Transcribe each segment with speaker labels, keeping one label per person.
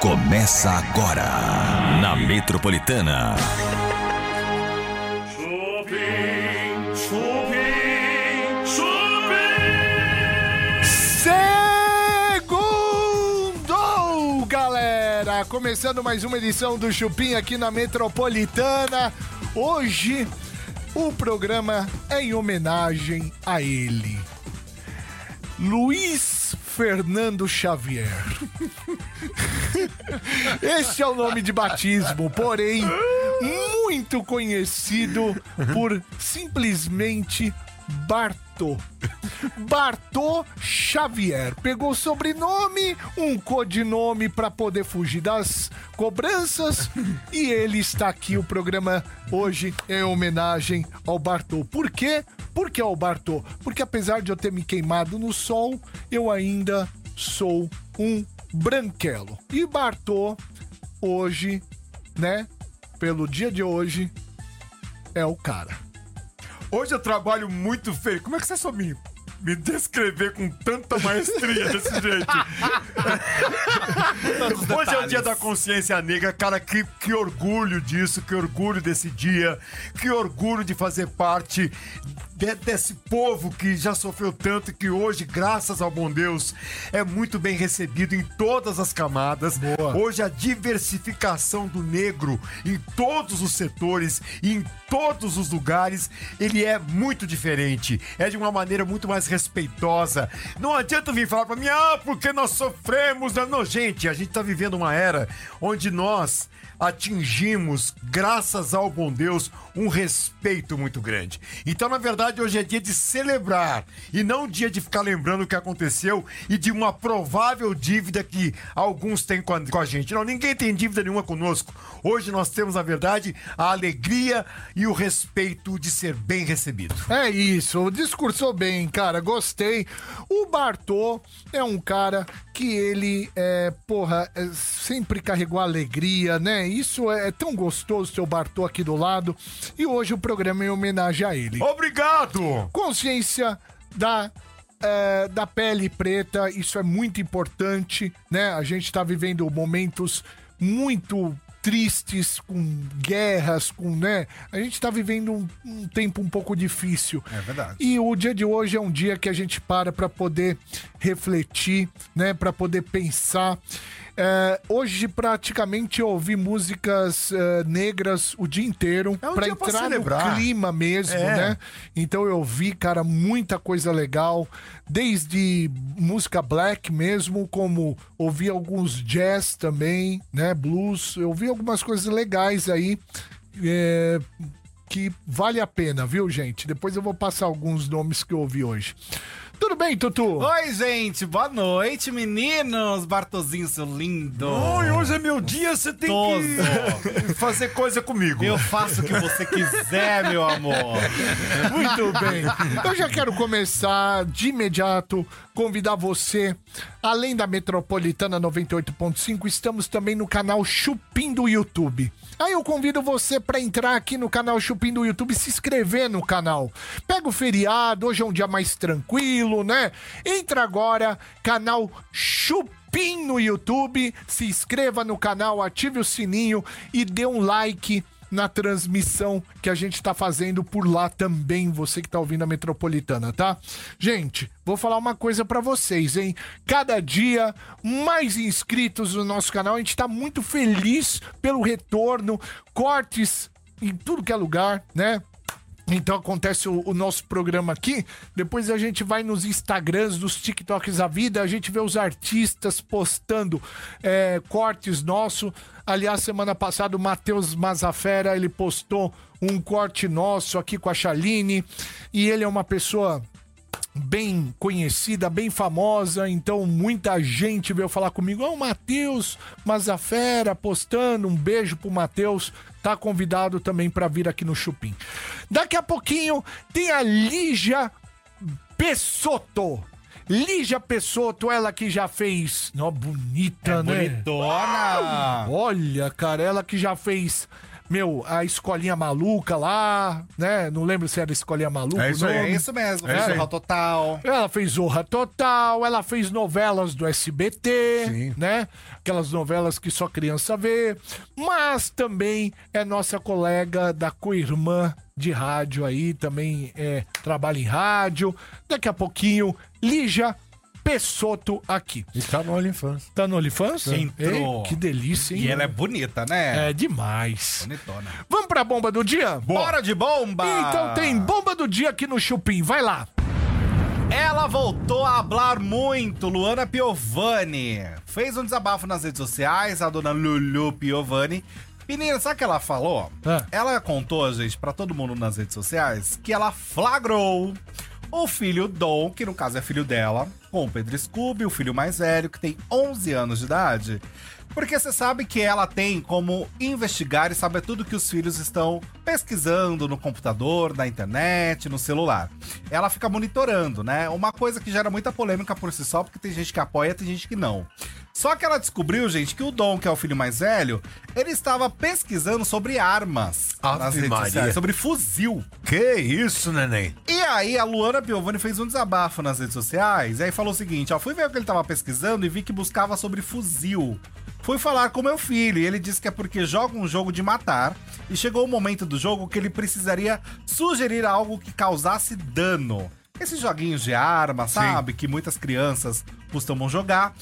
Speaker 1: Começa agora na Metropolitana.
Speaker 2: Chupim, chupim, chupim.
Speaker 3: Segundou, galera! Começando mais uma edição do Chupim aqui na Metropolitana. Hoje, o programa é em homenagem a ele. Luiz Fernando Xavier. Esse é o nome de batismo, porém muito conhecido por simplesmente Bartô. Bartô Xavier pegou sobrenome, um codinome para poder fugir das cobranças e ele está aqui o programa hoje em homenagem ao Bartô. Por quê? Por que ao Bartô? Porque apesar de eu ter me queimado no sol, eu ainda sou um branquelo. E Bartô hoje, né, pelo dia de hoje, é o cara.
Speaker 4: Hoje eu trabalho muito feio. Como é que você soube me, me descrever com tanta maestria desse jeito? Hoje é o dia da consciência negra, cara. Que, que orgulho disso, que orgulho desse dia, que orgulho de fazer parte de- desse povo que já sofreu tanto e que hoje, graças ao bom Deus, é muito bem recebido em todas as camadas.
Speaker 3: Boa.
Speaker 4: Hoje a diversificação do negro em todos os setores, em todos os lugares, ele é muito diferente. É de uma maneira muito mais respeitosa. Não adianta vir falar pra mim, ah, porque nós sofremos. né?" Não, gente, a gente tá vivendo uma era onde nós atingimos, graças ao bom Deus, um respeito muito grande. Então, na verdade, hoje é dia de celebrar e não dia de ficar lembrando o que aconteceu e de uma provável dívida que alguns têm com a, com a gente. Não, ninguém tem dívida nenhuma conosco. Hoje nós temos, na verdade, a alegria e o respeito de ser bem recebido.
Speaker 3: É isso, discursou bem, cara, gostei. O Bartô é um cara que ele, é, porra, é, sempre carregou alegria, né? Isso é, é tão gostoso ter o Bartô aqui do lado. E hoje o programa é em homenagem a ele.
Speaker 4: Obrigado!
Speaker 3: consciência da, eh, da pele preta, isso é muito importante, né? A gente tá vivendo momentos muito tristes, com guerras, com, né? A gente tá vivendo um, um tempo um pouco difícil. É
Speaker 4: verdade.
Speaker 3: E o dia de hoje é um dia que a gente para pra poder refletir, né? Pra poder pensar. Eh, hoje, praticamente, eu ouvi músicas eh, negras o dia inteiro
Speaker 4: É um
Speaker 3: pra
Speaker 4: dia pra
Speaker 3: entrar no
Speaker 4: celebrar.
Speaker 3: clima mesmo,
Speaker 4: É.
Speaker 3: né? Então eu vi, cara, muita coisa legal, desde música black mesmo, como ouvi alguns jazz também, né? Blues, eu vi algumas coisas legais aí. é, que vale a pena, viu, gente? Depois eu vou passar alguns nomes que eu ouvi hoje. Tudo bem, Tutu?
Speaker 5: Oi, gente, boa noite, meninos. Bartozinho, seu lindo.
Speaker 4: Oi, hoje é meu dia, você tem que
Speaker 5: Gostoso.
Speaker 4: fazer coisa comigo.
Speaker 5: Eu faço o que você quiser, meu amor.
Speaker 3: Muito bem. Eu já quero começar de imediato, convidar você, além da Metropolitana 98.5, estamos também no canal Chupim do YouTube. Aí eu convido você pra entrar aqui no canal Chupim do YouTube e se inscrever no canal. Pega o feriado, hoje é um dia mais tranquilo, né? Entra agora, canal Chupim Pim no YouTube, se inscreva no canal, ative o sininho e dê um like na transmissão que a gente tá fazendo por lá também, você que tá ouvindo a Metropolitana, tá? Gente, vou falar uma coisa pra vocês, hein? Cada dia mais inscritos no nosso canal, a gente tá muito feliz pelo retorno, cortes em tudo que é lugar, né? Então acontece o, o nosso programa aqui. Depois a gente vai nos Instagrams, nos TikToks da vida, a gente vê os artistas postando é, cortes nosso. Aliás, semana passada o Matheus Mazafera ele postou um corte nosso aqui com a Chaline. E ele é uma pessoa bem conhecida, bem famosa, então muita gente veio falar comigo, ah, o Matheus Mazafera postando, um beijo pro Matheus, tá convidado também pra vir aqui no Chupim. Daqui a pouquinho tem a Lígia Pessotto. Lígia Pessotto, ela que já fez,
Speaker 4: É
Speaker 3: ó, bonita, né?
Speaker 5: Bonitona.
Speaker 3: Olha, cara, ela que já fez meu, a escolinha maluca lá, né? Não lembro se era escolinha maluca
Speaker 4: É
Speaker 3: o
Speaker 4: isso aí,
Speaker 3: nome.
Speaker 5: É isso mesmo,
Speaker 4: É isso aí.
Speaker 5: Zorra Total.
Speaker 3: Ela fez Zorra Total, ela fez novelas do SBT,
Speaker 4: Sim.
Speaker 3: né? Aquelas novelas que só criança vê. Mas também é nossa colega da co-irmã de rádio aí, também é, trabalha em rádio. Daqui a pouquinho, Lígia Pessoto aqui.
Speaker 4: E tá no OnlyFans.
Speaker 3: Tá no OnlyFans?
Speaker 5: Entrou.
Speaker 3: Ei, que delícia, hein?
Speaker 5: E ela é bonita, né?
Speaker 3: É demais.
Speaker 5: Bonitona.
Speaker 3: Vamos pra bomba do dia?
Speaker 5: Hora de bomba!
Speaker 3: Então tem bomba do dia aqui no Chupim, vai lá.
Speaker 5: Ela voltou a hablar muito, Luana Piovani. Fez um desabafo nas redes sociais, a dona Lulu Piovani. Menina, sabe o que ela falou?
Speaker 3: Ah.
Speaker 5: Ela contou, gente, pra todo mundo nas redes sociais, que ela flagrou o filho Dom, que no caso é filho dela, com o Pedro Scooby, o filho mais velho, que tem 11 anos de idade. Porque você sabe que ela tem como investigar e saber tudo que os filhos estão pesquisando no computador, na internet, no celular. Ela fica monitorando, né? Uma coisa que gera muita polêmica por si só, porque tem gente que apoia, tem gente que não. Só que ela descobriu, gente, que o Dom, que é o filho mais velho, ele estava pesquisando sobre armas
Speaker 4: Ave
Speaker 5: nas redes
Speaker 4: Maria.
Speaker 5: sociais, sobre fuzil.
Speaker 4: Que isso, neném?
Speaker 5: E aí a Luana Piovani fez um desabafo nas redes sociais, e aí falou o seguinte, ó, fui ver o que ele tava pesquisando e vi que buscava sobre fuzil. Fui falar com meu filho e ele disse que é porque joga um jogo de matar e chegou o momento do jogo que ele precisaria sugerir algo que causasse dano. Esses joguinhos de arma, sabe? Que muitas crianças costumam jogar.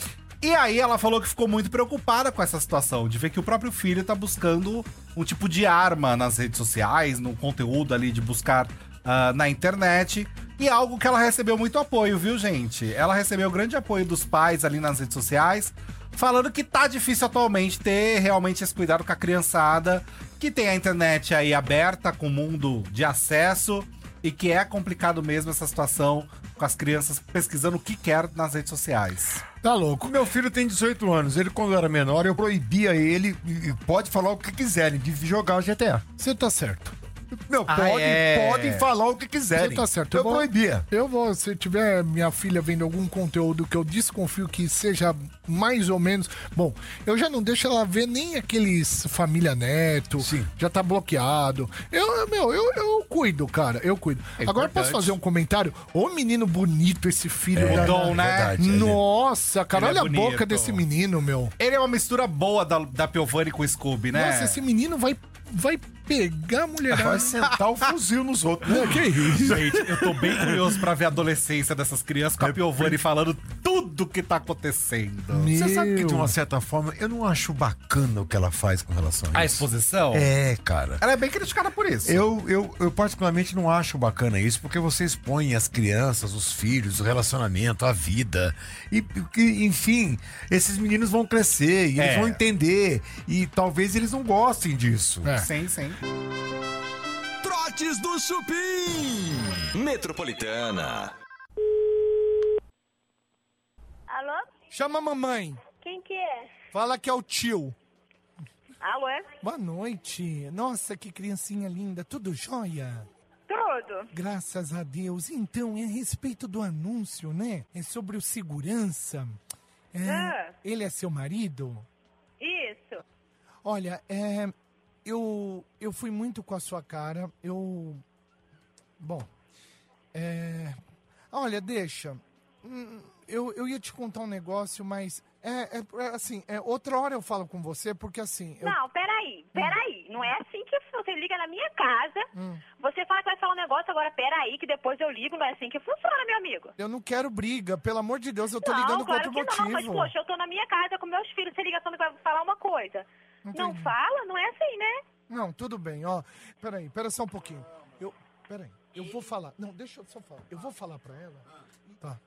Speaker 5: E aí ela falou que ficou muito preocupada com essa situação, de ver que o próprio filho tá buscando um tipo de arma nas redes sociais, no conteúdo ali de buscar ah, na internet. E algo que ela recebeu muito apoio, viu, gente? Ela recebeu grande apoio dos pais ali nas redes sociais, falando que tá difícil atualmente ter realmente esse cuidado com a criançada, que tem a internet aí aberta, com o mundo de acesso, e que é complicado mesmo essa situação com as crianças pesquisando o que quer nas redes sociais.
Speaker 3: Tá louco.
Speaker 4: Meu filho tem 18 anos. Ele, quando era menor, eu proibia ele, e- e pode falar o que quiserem, de jogar o GTA.
Speaker 3: Você tá certo.
Speaker 4: Meu,
Speaker 5: Ah,
Speaker 4: podem
Speaker 5: é.
Speaker 4: podem falar o que quiserem.
Speaker 3: Você tá certo.
Speaker 4: Eu,
Speaker 3: vou-
Speaker 4: proibia.
Speaker 3: Eu vou, se tiver minha filha vendo algum conteúdo que eu desconfio que seja mais ou menos. Bom, eu já não deixo ela ver nem aqueles família neto.
Speaker 4: Sim.
Speaker 3: Já tá bloqueado. Eu, meu, eu, eu cuido, cara. Eu cuido.
Speaker 4: É
Speaker 3: Agora posso fazer um comentário? Ô menino bonito esse filho.
Speaker 5: O
Speaker 3: da-
Speaker 5: Dom, né?
Speaker 4: É verdade. é
Speaker 3: Nossa, cara,
Speaker 5: Ele
Speaker 3: olha
Speaker 5: é
Speaker 3: a boca
Speaker 5: bonito.
Speaker 3: desse menino, meu.
Speaker 5: Ele é uma mistura boa da, da Piovani com o Scooby, né?
Speaker 3: Nossa, esse menino vai, vai pegar a mulherada.
Speaker 4: É. Vai sentar o fuzil nos outros.
Speaker 3: Não, que isso?
Speaker 5: Gente, eu tô bem curioso pra ver a adolescência dessas crianças com a Piovani falando tudo que tá acontecendo.
Speaker 4: Você sabe que,
Speaker 3: Meu.
Speaker 4: de uma certa forma, eu não acho bacana o que ela faz com relação a
Speaker 5: A
Speaker 4: isso.
Speaker 5: exposição?
Speaker 4: É, cara.
Speaker 5: Ela é bem criticada por isso.
Speaker 4: Eu, eu, eu particularmente não acho bacana isso, porque você expõe as crianças, os filhos, o relacionamento, a vida. E, e, enfim, esses meninos vão crescer e eles
Speaker 5: É.
Speaker 4: vão entender. E talvez eles não gostem disso.
Speaker 3: É.
Speaker 5: Sim, sim.
Speaker 1: Trotes do Chupim. Metropolitana.
Speaker 6: Alô?
Speaker 3: Chama a mamãe.
Speaker 6: Quem que é?
Speaker 3: Fala que é o tio.
Speaker 6: Alô? é?
Speaker 3: Boa noite. Nossa, que criancinha linda. Tudo jóia?
Speaker 6: Tudo.
Speaker 3: Graças a Deus. Então, é a respeito do anúncio, né? É sobre o segurança. É,
Speaker 6: Ah.
Speaker 3: Ele é seu marido?
Speaker 6: Isso.
Speaker 3: Olha, é, eu, eu fui muito com a sua cara. Eu. Bom. é, olha, deixa. Hum, Eu, eu ia te contar um negócio, mas. É, é, é assim, é, outra hora eu falo com você, porque assim. eu-
Speaker 6: Não, peraí, peraí. Não é assim que você liga na minha casa.
Speaker 3: Hum.
Speaker 6: Você fala que vai falar um negócio, agora peraí, que depois eu ligo. Não é assim que funciona, meu amigo.
Speaker 3: Eu não quero briga, pelo amor de Deus, eu tô
Speaker 6: não,
Speaker 3: ligando
Speaker 6: claro
Speaker 3: com outro motivo.
Speaker 6: que não, mas poxa, eu tô na minha casa com meus filhos, você liga falando que vai falar uma coisa. Não fala? Não é assim, né?
Speaker 3: Não, tudo bem, ó. Peraí, pera só um pouquinho. Eu. Peraí, eu vou falar. Não, deixa eu só falar. Eu vou falar pra ela. Tá.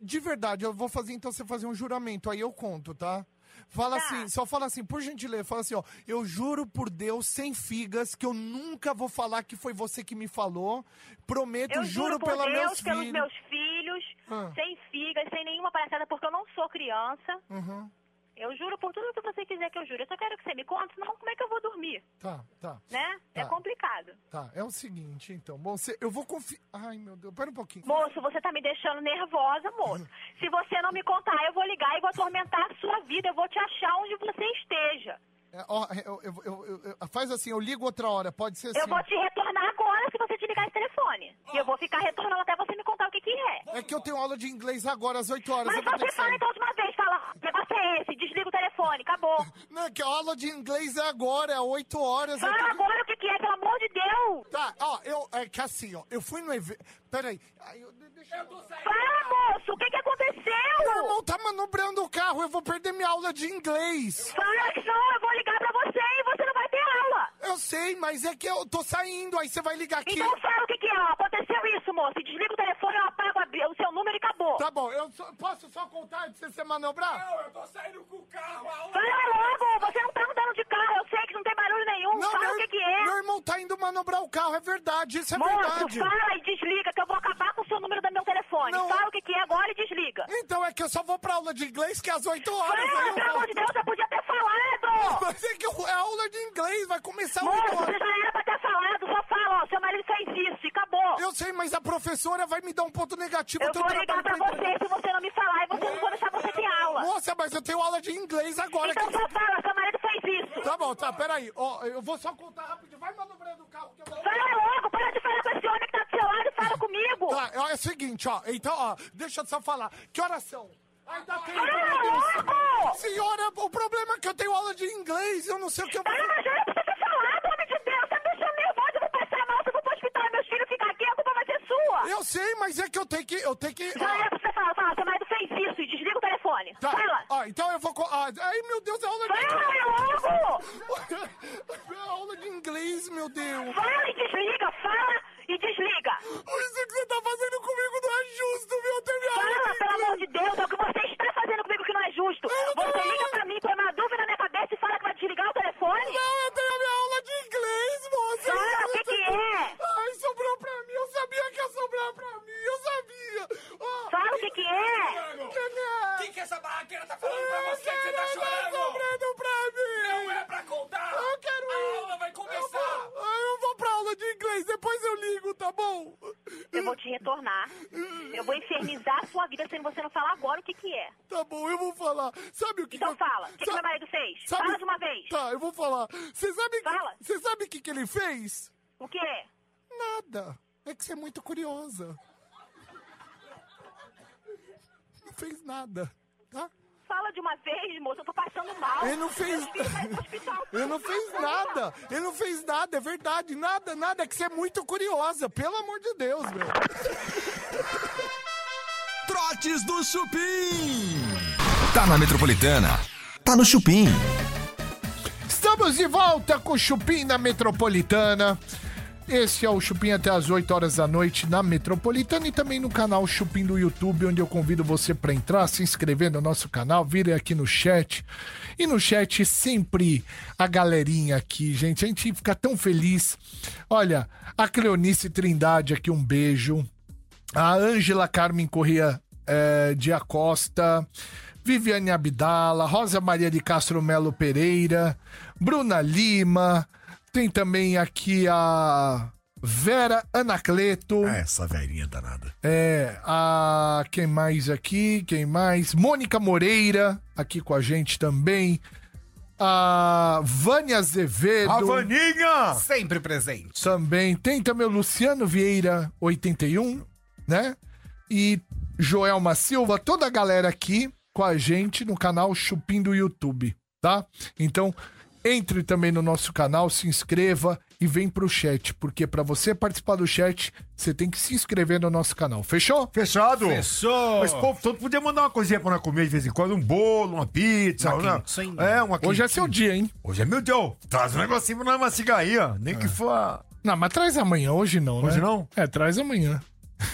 Speaker 3: De verdade, eu vou fazer então você fazer um juramento, aí eu conto, tá? Fala
Speaker 6: Tá.
Speaker 3: assim, só fala assim, por gentileza, fala assim, ó. Eu juro por Deus, sem figas, que eu nunca vou falar que foi você que me falou. Prometo,
Speaker 6: Eu
Speaker 3: juro,
Speaker 6: por
Speaker 3: pela
Speaker 6: Deus,
Speaker 3: meus
Speaker 6: pelos
Speaker 3: filhos.
Speaker 6: meus filhos,
Speaker 3: Ah.
Speaker 6: sem figas, sem nenhuma palhaçada, porque eu não sou criança.
Speaker 3: Uhum.
Speaker 6: Eu juro por tudo que você quiser que eu jure. Eu só quero que você me conte, senão como é que eu vou dormir?
Speaker 3: Tá, tá.
Speaker 6: né? É
Speaker 3: Tá.
Speaker 6: complicado.
Speaker 3: Tá, é o seguinte, então. Bom, você, eu vou confiar. Ai, meu Deus, pera um pouquinho.
Speaker 6: Moço, você tá me deixando nervosa, moço. Se você não me contar, eu vou ligar e vou atormentar a sua vida. Eu vou te achar onde você esteja.
Speaker 3: É, ó, eu- eu- eu- eu- eu- faz assim, eu ligo outra hora, pode ser
Speaker 6: Eu
Speaker 3: assim.
Speaker 6: vou te retornar agora se você desligar esse telefone. E eu vou ficar retornando até você me contar o que que é.
Speaker 3: É que eu tenho aula de inglês agora, às 8 horas.
Speaker 6: Mas
Speaker 3: eu vou ter
Speaker 6: você
Speaker 3: que sair.
Speaker 6: fala então de uma vez, fala, o negócio é esse, desliga o telefone, acabou.
Speaker 3: Não, é que a aula de inglês é agora, é 8 horas. eu
Speaker 6: Fala
Speaker 3: tenho que-
Speaker 6: agora o que que é, pelo amor de Deus.
Speaker 3: Tá, ó, eu. É que assim, ó, eu fui no evento. Peraí. Ai, eu, de- deixa eu.
Speaker 6: Fala, moço, o que que
Speaker 3: Meu
Speaker 6: aconteceu?
Speaker 3: irmão tá manobrando o carro, eu vou perder minha aula de inglês.
Speaker 6: Fala que não, eu vou ligar pra você e você não vai ter aula.
Speaker 3: Eu sei, mas é que eu tô saindo, aí você vai ligar aqui.
Speaker 6: Então fala o que que é, ó, aconteceu isso, moço. E Desliga o telefone, eu apago a- o seu número e acabou.
Speaker 3: Tá bom, eu só- posso só contar de você se manobrar?
Speaker 6: Fala logo, você não tá andando de carro, eu sei que não tem barulho nenhum. fala
Speaker 3: meu,
Speaker 6: o que que é.
Speaker 3: meu irmão tá indo manobrar o carro, é verdade, isso é
Speaker 6: Moço,
Speaker 3: verdade.
Speaker 6: fala e desliga, que eu vou acabar com o seu número do meu telefone.
Speaker 3: Não,
Speaker 6: fala
Speaker 3: eu-
Speaker 6: o que, que é agora e desliga.
Speaker 3: Então é que eu só vou pra aula de inglês que é às 8 horas. aí
Speaker 6: Fala,
Speaker 3: eu
Speaker 6: pelo amor
Speaker 3: volto.
Speaker 6: de Deus, eu podia ter falado!
Speaker 3: Mas é que eu- é aula de inglês, vai começar às 8
Speaker 6: Moço, você
Speaker 3: horas.
Speaker 6: já era pra ter falado, só fala, ó, seu marido fez isso, e acabou. Eu,
Speaker 3: Eu sei, mas a professora vai me dar um ponto negativo. teu
Speaker 6: vou ligar
Speaker 3: trabalho
Speaker 6: pra
Speaker 3: tá entrando.
Speaker 6: você se você não me falar, e você não vou deixar você ter aula.
Speaker 3: Moça, mas eu tenho aula de inglês agora.
Speaker 6: Então
Speaker 3: é que-
Speaker 6: só fala, seu marido fez isso.
Speaker 3: Tá bom, tá, peraí. Ó, eu vou só contar rápido. Vai manobrando o carro que eu vou...
Speaker 6: Fala logo, para de falar com esse homem que tá do seu lado e fala comigo.
Speaker 3: Tá, ó, é o seguinte, ó. Então, ó, deixa eu só falar. Que horas são? tá Ainda tem...
Speaker 6: Fala Ah, logo!
Speaker 3: Senhora, o problema é que eu tenho aula de inglês, eu não sei o que eu vou...
Speaker 6: Ah, mas já era pra você ter falado, homem de Deus, tá me deixando nervosa, eu vou passar mal, se eu vou pro hospital e meus filhos ficar aqui, a culpa vai ser sua.
Speaker 3: Eu sei, mas é que eu tenho que... Eu tenho que...
Speaker 6: Já era pra você falar, fala, seu marido fez isso e desliga o telefone.
Speaker 3: Tá,
Speaker 6: Fala!
Speaker 3: ó, então eu vou... co- ah, ai, meu Deus, é aula de...
Speaker 6: Fala logo!
Speaker 3: é aula de inglês, meu Deus.
Speaker 6: Fala e desliga, fala e desliga!
Speaker 3: Isso que você tá fazendo comigo não é justo, meu. Eu tenho minha aula
Speaker 6: Fala,
Speaker 3: de
Speaker 6: pelo
Speaker 3: inglês.
Speaker 6: amor de Deus, é o que você está fazendo comigo que não é justo! Você liga pra mim, põe uma dúvida na minha cabeça e fala que vai desligar o telefone!
Speaker 3: Não, eu tenho a minha aula de inglês, moça!
Speaker 6: Fala, o que que é?
Speaker 3: Ai, sobrou pra mim, eu sabia que ia sobrar pra mim, eu sabia! Ó,
Speaker 6: Fala o que que é!
Speaker 3: Nenê!
Speaker 7: que essa barraqueira tá falando pra você que você tá
Speaker 3: Tá
Speaker 7: chorando?
Speaker 3: sobrando pra mim!
Speaker 7: Não é pra contar!
Speaker 3: Eu quero ir!
Speaker 7: A aula vai
Speaker 3: Eu
Speaker 7: começar!
Speaker 3: vou, Ah, eu vou pra aula de inglês, depois eu ligo, tá bom?
Speaker 6: Eu vou te retornar. Eu vou infernizar a sua vida se você não falar agora o que que é.
Speaker 3: Tá bom, eu vou falar. Sabe o que
Speaker 6: Então
Speaker 3: que eu-
Speaker 6: fala, o que, que
Speaker 3: Sa-
Speaker 6: meu marido fez?
Speaker 3: sabe-
Speaker 6: Fala de uma vez.
Speaker 3: Tá, eu vou falar. Você sabe
Speaker 6: Fala.
Speaker 3: que... Você sabe o que que ele fez?
Speaker 6: O quê?
Speaker 3: Nada. É que você é muito curiosa. Não fez nada, tá?
Speaker 6: Fala de uma vez, moço, eu tô passando mal.
Speaker 3: Ele não fez-
Speaker 6: Meu filho vai pro hospital.
Speaker 3: Ele não fez nada. Ele não fez nada, é verdade. Nada, nada. É que você é muito curiosa. Pelo amor de Deus, meu.
Speaker 1: Trotes do Chupim. Tá na Metropolitana. Tá no Chupim.
Speaker 3: Estamos de volta com o Chupim na Metropolitana. Esse é o Chupim até as 8 horas da noite na Metropolitana e também no canal Chupim do YouTube, onde eu convido você para entrar, se inscrever no nosso canal, virem aqui no chat. E no chat sempre a galerinha aqui, gente. A gente fica tão feliz. Olha, a Cleonice Trindade aqui, um beijo. A Ângela Carmen Corrêa eh, de Acosta, Viviane Abdala, Rosa Maria de Castro Melo Pereira, Bruna Lima, tem também aqui a Vera Anacleto, é,
Speaker 8: Essa velhinha danada.
Speaker 3: a quem mais aqui, quem mais? Mônica Moreira, aqui com a gente também, a Vânia Azevedo.
Speaker 4: A Vaninha!
Speaker 5: Sempre presente.
Speaker 3: Também. Tem também o Luciano Vieira, 81, né? E Joelma Silva, toda a galera aqui com a gente no canal Chupim do YouTube, tá? Então, entre também no nosso canal, se inscreva e vem pro chat, porque pra você participar do chat, você tem que se inscrever no nosso canal, fechou?
Speaker 4: Fechado?
Speaker 5: Fechou.
Speaker 4: Mas, povo todo podia mandar uma coisinha pra nós comer de vez em quando, um bolo, uma pizza,
Speaker 5: Uma
Speaker 4: uma
Speaker 5: quentinha.
Speaker 4: É, uma
Speaker 3: Hoje é
Speaker 4: quentinha.
Speaker 3: seu dia, hein?
Speaker 4: Hoje é meu dia, ô. Traz um negocinho pra nós mastigar aí, ó. Nem
Speaker 5: É.
Speaker 4: que for. a-
Speaker 3: Não, mas traz amanhã, hoje não, né?
Speaker 4: Hoje não?
Speaker 3: É, traz amanhã.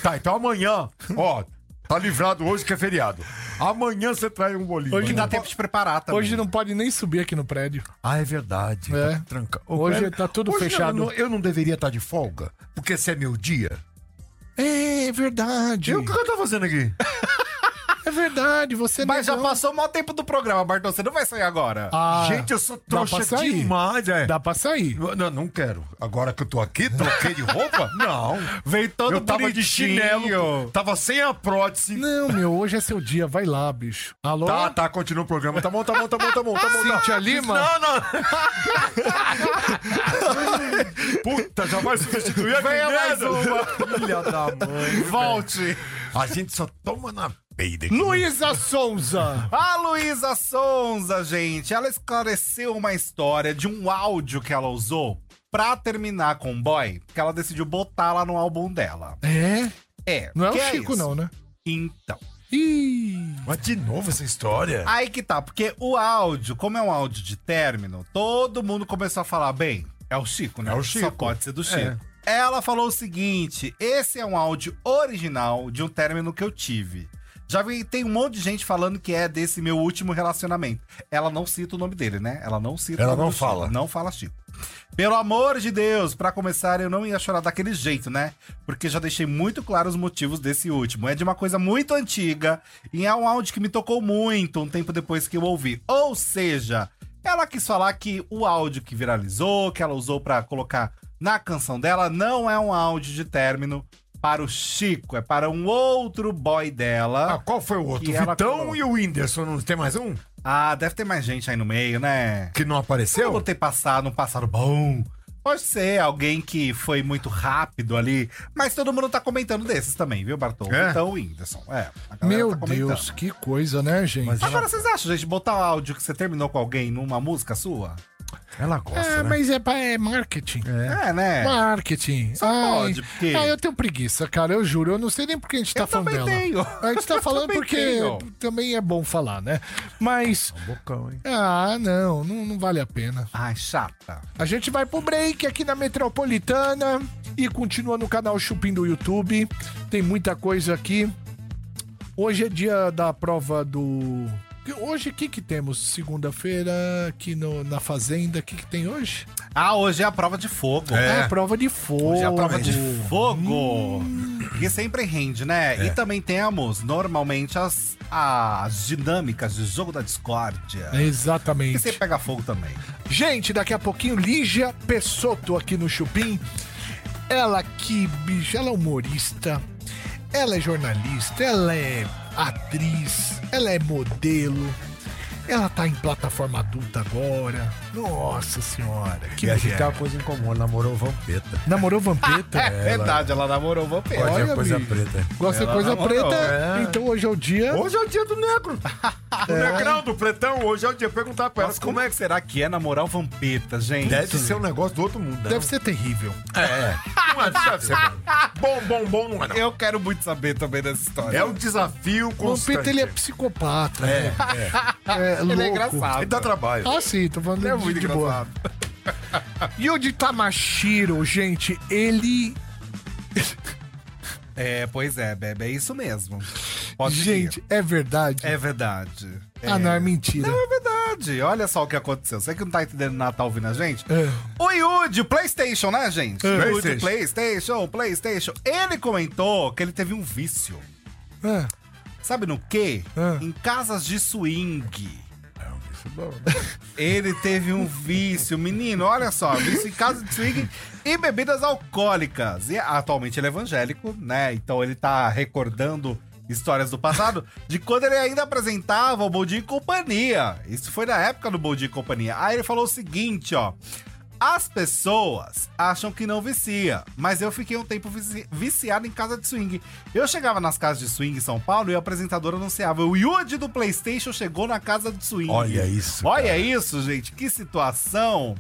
Speaker 4: Tá, então amanhã, ó. Tá livrado hoje que é feriado. Amanhã você traz um bolinho.
Speaker 3: Hoje
Speaker 5: Que dá tempo de preparar
Speaker 4: Tá
Speaker 5: também.
Speaker 3: Hoje não pode nem subir aqui no prédio.
Speaker 4: Ah, é verdade.
Speaker 3: É.
Speaker 4: Tá tranca...
Speaker 3: Hoje tá tudo
Speaker 4: não,
Speaker 3: fechado.
Speaker 4: não, eu não deveria estar de folga, porque esse é meu dia.
Speaker 3: É verdade.
Speaker 4: E o que eu tô fazendo aqui?
Speaker 3: É verdade, você
Speaker 5: Mas já
Speaker 3: negou.
Speaker 5: passou o maior tempo do programa, Bartô. Você não vai sair agora.
Speaker 3: Ah,
Speaker 4: Gente, eu sou
Speaker 3: dá pra
Speaker 4: trouxa
Speaker 3: sair.
Speaker 4: demais, é.
Speaker 3: Dá pra sair.
Speaker 4: Não, não quero. Agora que eu tô aqui, troquei de roupa? Não.
Speaker 5: Veio todo
Speaker 4: eu tava de chinelo, tava sem a prótese.
Speaker 3: Não, meu, hoje é seu dia, vai lá, bicho. Alô?
Speaker 4: Tá, tá, continua o programa. Tá bom, tá bom, tá bom, tá bom, tá bom. tá.
Speaker 3: Cintia Lima?
Speaker 4: Não, não. Puta, já vai substituir a Venha mais uma. Filha da mãe. Volte. A gente só toma na peida. aqui.
Speaker 3: Luísa Souza!
Speaker 5: A Luísa Sonza, gente, ela esclareceu uma história de um áudio que ela usou pra terminar com o boy, que ela decidiu botar lá no álbum dela.
Speaker 3: É?
Speaker 5: É.
Speaker 3: Não é o
Speaker 5: que
Speaker 3: Chico,
Speaker 5: isso?
Speaker 3: não, né?
Speaker 5: Então.
Speaker 3: Ih!
Speaker 4: Mas de novo essa história?
Speaker 5: Aí que tá, porque o áudio, como é um áudio de término, todo mundo começou a falar, bem, é o Chico, né?
Speaker 4: É o
Speaker 5: Só
Speaker 4: Chico.
Speaker 5: pode ser do Chico. Ela falou o seguinte: esse é um áudio original de um término que eu tive. Já vi, tem um monte de gente falando que é desse meu último relacionamento. Ela não cita o nome dele, né? Ela não cita
Speaker 4: Ela
Speaker 5: o nome
Speaker 4: não
Speaker 5: do Chico,
Speaker 4: fala.
Speaker 5: Não fala Chico. Pelo amor de Deus, pra começar, eu não ia chorar daquele jeito, né? Porque já deixei muito claro os motivos desse último. É de uma coisa muito antiga e é um áudio que me tocou muito um tempo depois que eu ouvi. Ou seja, ela quis falar que o áudio que viralizou, que ela usou pra colocar na canção dela, não é um áudio de término para o Chico, é para um outro boy
Speaker 4: Ah,
Speaker 5: dela.
Speaker 4: qual foi o outro?
Speaker 5: Que
Speaker 4: O
Speaker 5: ela
Speaker 4: Vitão
Speaker 5: colocou.
Speaker 4: e o Whindersson, não tem mais um?
Speaker 5: Ah, deve ter mais gente aí no meio, né?
Speaker 4: Que não
Speaker 5: Eu
Speaker 4: apareceu?
Speaker 5: vou ter passado um passado bom. Pode ser alguém que foi muito rápido ali, mas todo mundo tá comentando desses também, viu, Bartol?
Speaker 4: É?
Speaker 5: Então, Whindersson. É, a galera
Speaker 3: Meu
Speaker 5: tá comentando.
Speaker 3: Deus, que coisa, né, gente?
Speaker 5: Agora, vocês acham, gente, botar o áudio que você terminou com alguém numa música sua?
Speaker 4: Ela gosta,
Speaker 3: é,
Speaker 4: né?
Speaker 3: mas é, pra- é marketing.
Speaker 5: É, né?
Speaker 3: Marketing.
Speaker 5: Só pode, porque-
Speaker 3: Ah, eu tenho preguiça, cara, eu juro. Eu não sei nem por que a gente tá
Speaker 5: Eu
Speaker 3: falando
Speaker 5: também
Speaker 3: dela.
Speaker 5: tenho.
Speaker 3: A gente tá
Speaker 5: Eu
Speaker 3: falando
Speaker 5: também
Speaker 3: porque
Speaker 5: tenho. É um
Speaker 3: também é bom falar, né? Mas.
Speaker 4: Bocão, hein?
Speaker 3: Ah, não, não, não vale a pena.
Speaker 5: Ai, chata.
Speaker 3: A gente vai pro break aqui na Metropolitana e continua no canal Chupim do YouTube. Tem muita coisa aqui. Hoje é dia da prova do. Hoje o que, que temos? Segunda-feira aqui no, na Fazenda. O que, que tem hoje?
Speaker 5: Ah, hoje é a prova de fogo.
Speaker 4: É.
Speaker 3: a prova de fogo.
Speaker 5: Hoje é a prova de fogo. Que sempre rende, né? E também temos, normalmente, as, as dinâmicas de jogo da discórdia. E você
Speaker 3: Exatamente.
Speaker 5: pega fogo também.
Speaker 3: Gente, daqui a pouquinho, Lígia Pessotto aqui no Chupim. Ela que, bicho, ela é humorista, ela é jornalista, ela é atriz, ela é modelo, ela tá em plataforma adulta agora. Nossa senhora, que
Speaker 4: E a gente
Speaker 3: mulher.
Speaker 4: tá tem uma coisa em comum, ela namorou o Vampeta.
Speaker 3: Namorou Vampeta?
Speaker 5: Verdade, ela namorou o vampiro.
Speaker 4: Pode
Speaker 3: Olha,
Speaker 4: é coisa
Speaker 3: bicho.
Speaker 4: preta.
Speaker 3: Gosta de
Speaker 5: Ela
Speaker 3: coisa
Speaker 5: namorou,
Speaker 3: preta,
Speaker 4: é.
Speaker 3: então hoje é o dia.
Speaker 4: Hoje é o dia do negro. Do negrão, do pretão, hoje é o dia. Perguntar pra ela
Speaker 5: Mas como é que será que é namorar o vampeta, gente?
Speaker 4: Deve ser um negócio do outro mundo. né?
Speaker 3: Deve ser terrível.
Speaker 4: Não é, deve ser bom. Bom, bom, bom não é não.
Speaker 5: Eu quero muito saber também dessa história.
Speaker 4: É um desafio
Speaker 3: O Vampeta,
Speaker 4: constante.
Speaker 3: ele é psicopata. É, né? é. louco.
Speaker 5: Ele é engraçado.
Speaker 4: Ele dá trabalho.
Speaker 3: Ah, sim, tô falando
Speaker 5: Ele é
Speaker 3: de-
Speaker 5: muito
Speaker 3: de boa.
Speaker 5: engraçado.
Speaker 3: E o de Tamashiro, gente, ele.
Speaker 5: É, pois é, Bebe, é isso mesmo. Pode
Speaker 3: gente,
Speaker 5: ir.
Speaker 3: é verdade.
Speaker 5: É verdade.
Speaker 3: Ah, não, é mentira.
Speaker 5: Não, é verdade. Olha só o que aconteceu. Você que não tá entendendo nada, tá ouvindo a gente?
Speaker 3: É.
Speaker 5: O Yude, PlayStation, né, gente?
Speaker 3: É.
Speaker 5: O Yude, PlayStation, PlayStation. Ele comentou que ele teve um vício.
Speaker 3: Ah,
Speaker 5: Sabe no quê?
Speaker 3: É.
Speaker 5: Em casas de swing. é né? Ele teve um vício, menino, olha só, vício em casa de swing e bebidas alcoólicas. E atualmente ele é evangélico, né? Então ele tá recordando histórias do passado de quando ele ainda apresentava o Boldinho e Companhia. Isso foi na época do Boldinho e Companhia. Aí ele falou o seguinte, ó. As pessoas acham que não vicia, mas eu fiquei um tempo vici- viciado em casa de swing. Eu chegava nas casas de swing em São Paulo e a apresentadora anunciava: o Yudi do PlayStation chegou na casa de swing.
Speaker 4: Olha isso,
Speaker 5: Olha isso, gente. Que situação.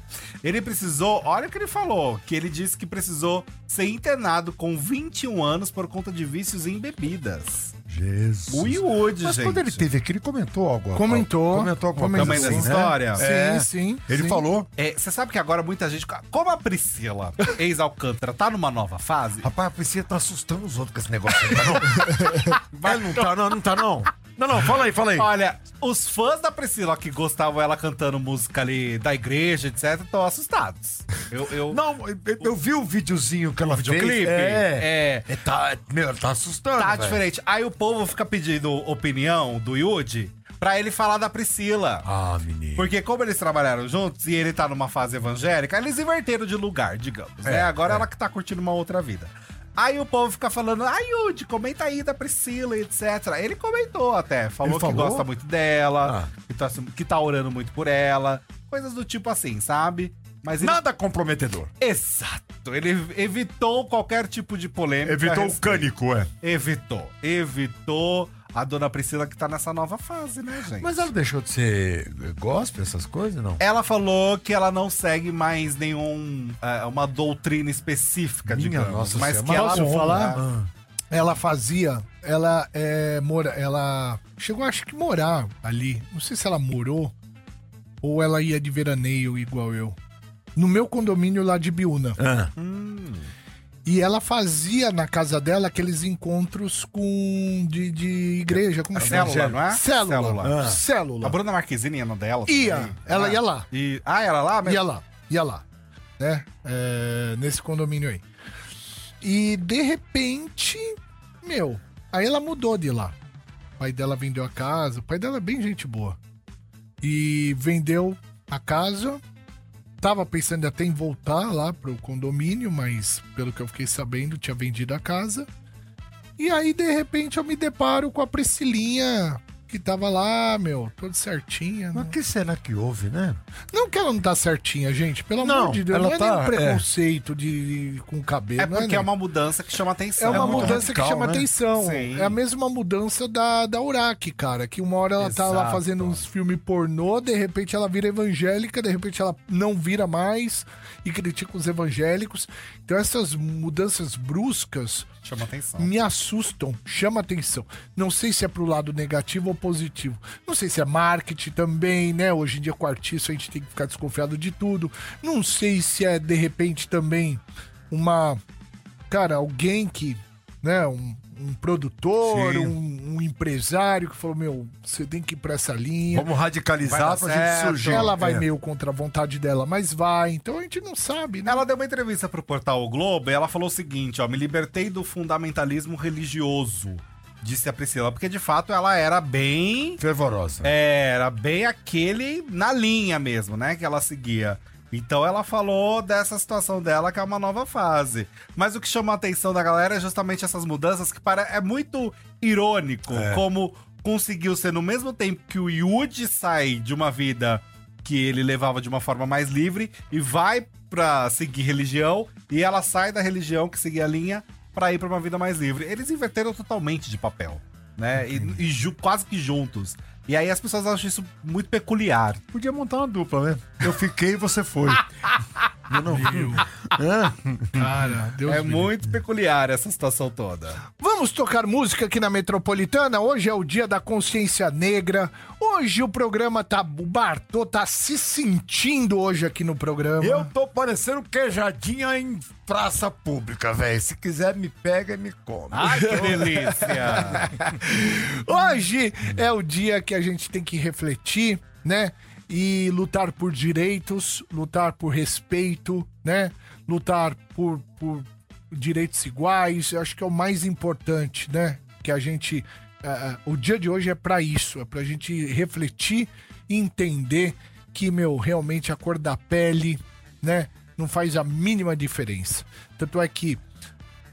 Speaker 5: Ele precisou. Olha o que ele falou: que ele disse que precisou ser internado com 21 anos por conta de vícios em bebidas.
Speaker 4: Jesus.
Speaker 5: O Yudi,
Speaker 4: Mas
Speaker 5: gente.
Speaker 4: quando ele teve aqui, ele comentou algo.
Speaker 3: Comentou.
Speaker 4: Comentou alguma
Speaker 3: Comentou.
Speaker 4: coisa
Speaker 5: Também dessa
Speaker 4: assim, né?
Speaker 5: história?
Speaker 3: sim, sim.
Speaker 4: Ele
Speaker 3: sim.
Speaker 4: falou.
Speaker 5: É, Você sabe que agora muita gente. Como a Priscila, ex-Alcântara, tá numa nova fase,
Speaker 4: Rapaz, a Priscila tá assustando os outros com esse negócio. aí, tá não? Mas não tá, não, não tá, não. Não, não, fala aí, fala aí.
Speaker 5: Olha, Os fãs da Priscila que gostavam ela cantando música ali da igreja, etc, estão assustados. Eu, eu
Speaker 4: Não, eu, eu vi o videozinho que ela fez.
Speaker 5: videoclipe?
Speaker 4: É. é. tá, meu, tá assustando.
Speaker 5: tá
Speaker 4: velho.
Speaker 5: diferente. Aí o povo fica pedindo opinião do Yudi pra ele falar da Priscila.
Speaker 4: Ah, menino.
Speaker 5: Porque como eles trabalharam juntos e ele tá numa fase evangélica, eles inverteram de lugar, digamos,
Speaker 4: É,
Speaker 5: né? Agora ela que tá curtindo uma outra vida. Aí o povo fica falando, ai, Yudi, comenta aí da Priscila, etc. Ele comentou até, falou,
Speaker 4: Ele falou?
Speaker 5: que gosta muito dela,
Speaker 4: Ah.
Speaker 5: que, tá, que tá orando muito por ela, coisas do tipo assim, sabe? Mas ele...
Speaker 4: Nada comprometedor.
Speaker 5: Exato, ele evitou qualquer tipo de polêmica. a
Speaker 4: Evitou o
Speaker 5: respeito.
Speaker 4: cânico, é.
Speaker 5: Evitou, evitou a dona Priscila que tá nessa nova fase, né, gente?
Speaker 4: Mas ela deixou de ser gospel, essas coisas, não?
Speaker 5: Ela falou que ela não segue mais nenhum é, uma doutrina específica,
Speaker 4: Minha
Speaker 5: digamos,
Speaker 4: nossa
Speaker 5: mas que
Speaker 4: senhora,
Speaker 5: ela né?
Speaker 4: posso falar?
Speaker 3: Ela fazia, ela é, mora, ela chegou acho que morar ali. Não sei se ela morou ou ela ia de veraneio igual eu. No meu condomínio lá de Biúna. Hum. E ela fazia na casa dela aqueles encontros com de, de igreja, como
Speaker 5: A
Speaker 3: chama?
Speaker 5: célula, não é?
Speaker 3: Célula.
Speaker 5: Célula.
Speaker 3: Célula.
Speaker 5: Ah. A Bruna Marquezine ia na dela. também.
Speaker 3: Ia, ela ia lá.
Speaker 5: E, ah, era lá mesmo?
Speaker 3: Ia é lá, ia lá. Né? É, nesse condomínio aí. E de repente, meu, aí ela mudou de lá. O pai dela vendeu a casa, o pai dela é bem gente boa. E vendeu a casa. Tava pensando até em voltar lá pro condomínio, mas pelo que eu fiquei sabendo, tinha vendido a casa. E aí, de repente, eu me deparo com a Priscilinha, que tava lá, meu, toda certinha. né?
Speaker 4: Mas o que será que houve, né?
Speaker 3: Não que ela não tá certinha, gente. Pelo
Speaker 4: Não,
Speaker 3: amor de Deus,
Speaker 4: ela
Speaker 3: não é
Speaker 4: tá,
Speaker 3: nenhum preconceito de, de- com o cabelo.
Speaker 5: É
Speaker 3: não
Speaker 5: porque é
Speaker 3: nem-
Speaker 5: uma mudança que chama atenção.
Speaker 3: é uma
Speaker 5: muito
Speaker 3: mudança
Speaker 4: radical,
Speaker 3: que chama
Speaker 4: né?
Speaker 3: atenção.
Speaker 5: Sim.
Speaker 3: É a mesma mudança da, da Uraki, cara. Que uma hora ela tá lá
Speaker 5: Exato.
Speaker 3: fazendo uns filmes pornô, de repente ela vira evangélica, de repente ela não vira mais e critica os evangélicos. Então essas mudanças bruscas
Speaker 5: radical, Chama atenção.
Speaker 3: me assustam, chama atenção. Não sei se é pro lado negativo ou positivo. Não sei se é marketing também, né? Hoje em dia com artista a gente tem que ficar desconfiado de tudo. Não sei se é de repente também uma cara, alguém que, né, um, um produtor,
Speaker 5: Sim.
Speaker 3: um, um empresário que falou, meu, você tem que ir pra essa linha.
Speaker 4: Vamos
Speaker 5: Vai
Speaker 4: radicalizar
Speaker 5: dar
Speaker 4: pra
Speaker 5: certo.
Speaker 4: gente surgir.
Speaker 3: Ela vai
Speaker 4: É.
Speaker 3: meio contra a vontade dela, mas vai. Então a gente não sabe, né?
Speaker 5: Ela deu uma entrevista pro portal o Globo e ela falou o seguinte, ó, me libertei do fundamentalismo religioso, disse a Priscila, porque de fato ela era bem
Speaker 4: Fervorosa.
Speaker 5: É, Era bem aquele na linha mesmo, né? Que ela seguia. Então ela falou dessa situação dela, que é uma nova fase. Mas o que chama a atenção da galera é justamente essas mudanças que para... é muito irônico como conseguiu ser no mesmo tempo que o Yuji sai de uma vida que ele levava de uma forma mais livre e vai pra seguir religião e ela sai da religião que seguia a linha pra ir pra uma vida mais livre. Eles inverteram totalmente de papel, né? E, e ju- quase que juntos. E aí as pessoas acham isso muito peculiar.
Speaker 4: Podia montar uma dupla, né? Eu fiquei e você foi. Eu não vi.
Speaker 3: Cara, Deus
Speaker 5: é
Speaker 3: me livre.
Speaker 5: muito peculiar essa situação toda.
Speaker 3: Vamos tocar música aqui na Metropolitana. Hoje é o dia da consciência negra. Hoje o programa tá. O Bartô tá se sentindo hoje aqui no programa.
Speaker 4: Eu tô parecendo um queijadinha em praça pública, velho. Se quiser, me pega e me come.
Speaker 5: Ai, que delícia!
Speaker 3: Hoje é o dia que a gente tem que refletir, né? E lutar por direitos, lutar por respeito, né? Lutar por, por direitos iguais. Eu acho que é o mais importante, né? Que a gente. ah, ah, o dia de hoje é pra isso, é pra gente refletir e entender que, meu, realmente a cor da pele, né? Não faz a mínima diferença. Tanto é que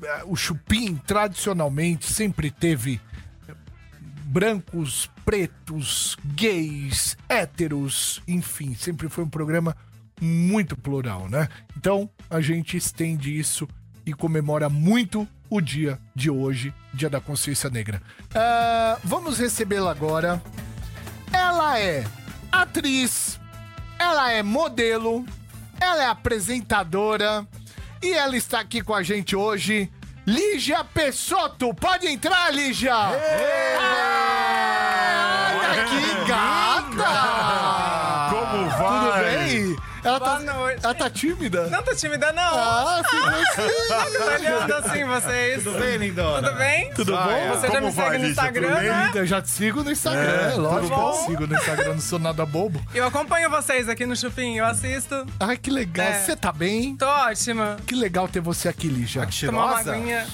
Speaker 3: ah, o chupim, tradicionalmente, sempre teve brancos, pretos, gays, héteros, enfim, sempre foi um programa muito plural, né? Então a gente estende isso e comemora muito o dia de hoje, Dia da Consciência Negra. Ah, vamos recebê-la agora. Ela é atriz, ela é modelo, ela é apresentadora e ela está aqui com a gente hoje. Lígia Pessotto, pode entrar, Lígia! Olha que gata!
Speaker 4: Como
Speaker 3: Tudo
Speaker 4: Ah, vai?
Speaker 3: bem? Ela tá,
Speaker 8: Boa noite.
Speaker 3: ela tá tímida?
Speaker 8: Não tô tímida, não.
Speaker 3: Ah,
Speaker 8: Tô olhando assim vocês.
Speaker 5: Tudo bem, lindona?
Speaker 8: Tudo bem?
Speaker 3: Tudo
Speaker 8: Ah,
Speaker 3: bom?
Speaker 8: é. Você já
Speaker 4: Como
Speaker 8: me
Speaker 4: vai,
Speaker 8: segue no
Speaker 4: Lígia?
Speaker 8: Instagram,
Speaker 4: Tudo bem?
Speaker 8: né?
Speaker 3: Eu já te sigo no Instagram, é, lógico que eu te sigo no Instagram, não sou nada bobo.
Speaker 8: Eu acompanho vocês aqui no Chupim, eu assisto.
Speaker 3: Ai, que legal.
Speaker 8: É.
Speaker 3: Você tá bem?
Speaker 8: Tô ótima.
Speaker 3: Que legal ter você aqui, Lígia.
Speaker 8: Tomar uma
Speaker 5: Cheirosa?
Speaker 8: aguinha.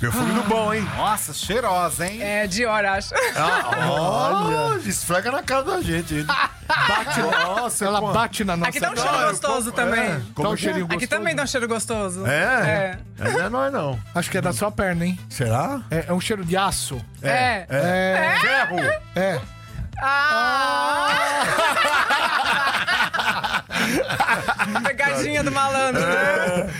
Speaker 4: Perfume do bom, hein?
Speaker 5: Nossa, cheirosa, hein?
Speaker 8: É, de hora, acho.
Speaker 4: Olha, esfrega na cara da gente. hein? Bate, nossa,
Speaker 3: Ela
Speaker 4: pô.
Speaker 3: bate na nossa
Speaker 8: Aqui dá um cheiro gostoso também.
Speaker 3: Dá um cheirinho
Speaker 8: Aqui
Speaker 3: gostoso.
Speaker 8: também um dá um cheiro gostoso.
Speaker 4: É? É, não é nós, não.
Speaker 3: Acho que é da sua perna, hein?
Speaker 4: Será?
Speaker 3: É, é um cheiro de aço.
Speaker 8: É. É.
Speaker 3: É.
Speaker 4: Ferro!
Speaker 3: É.
Speaker 8: Ah! Pegadinha do malandro.
Speaker 3: É.
Speaker 8: né?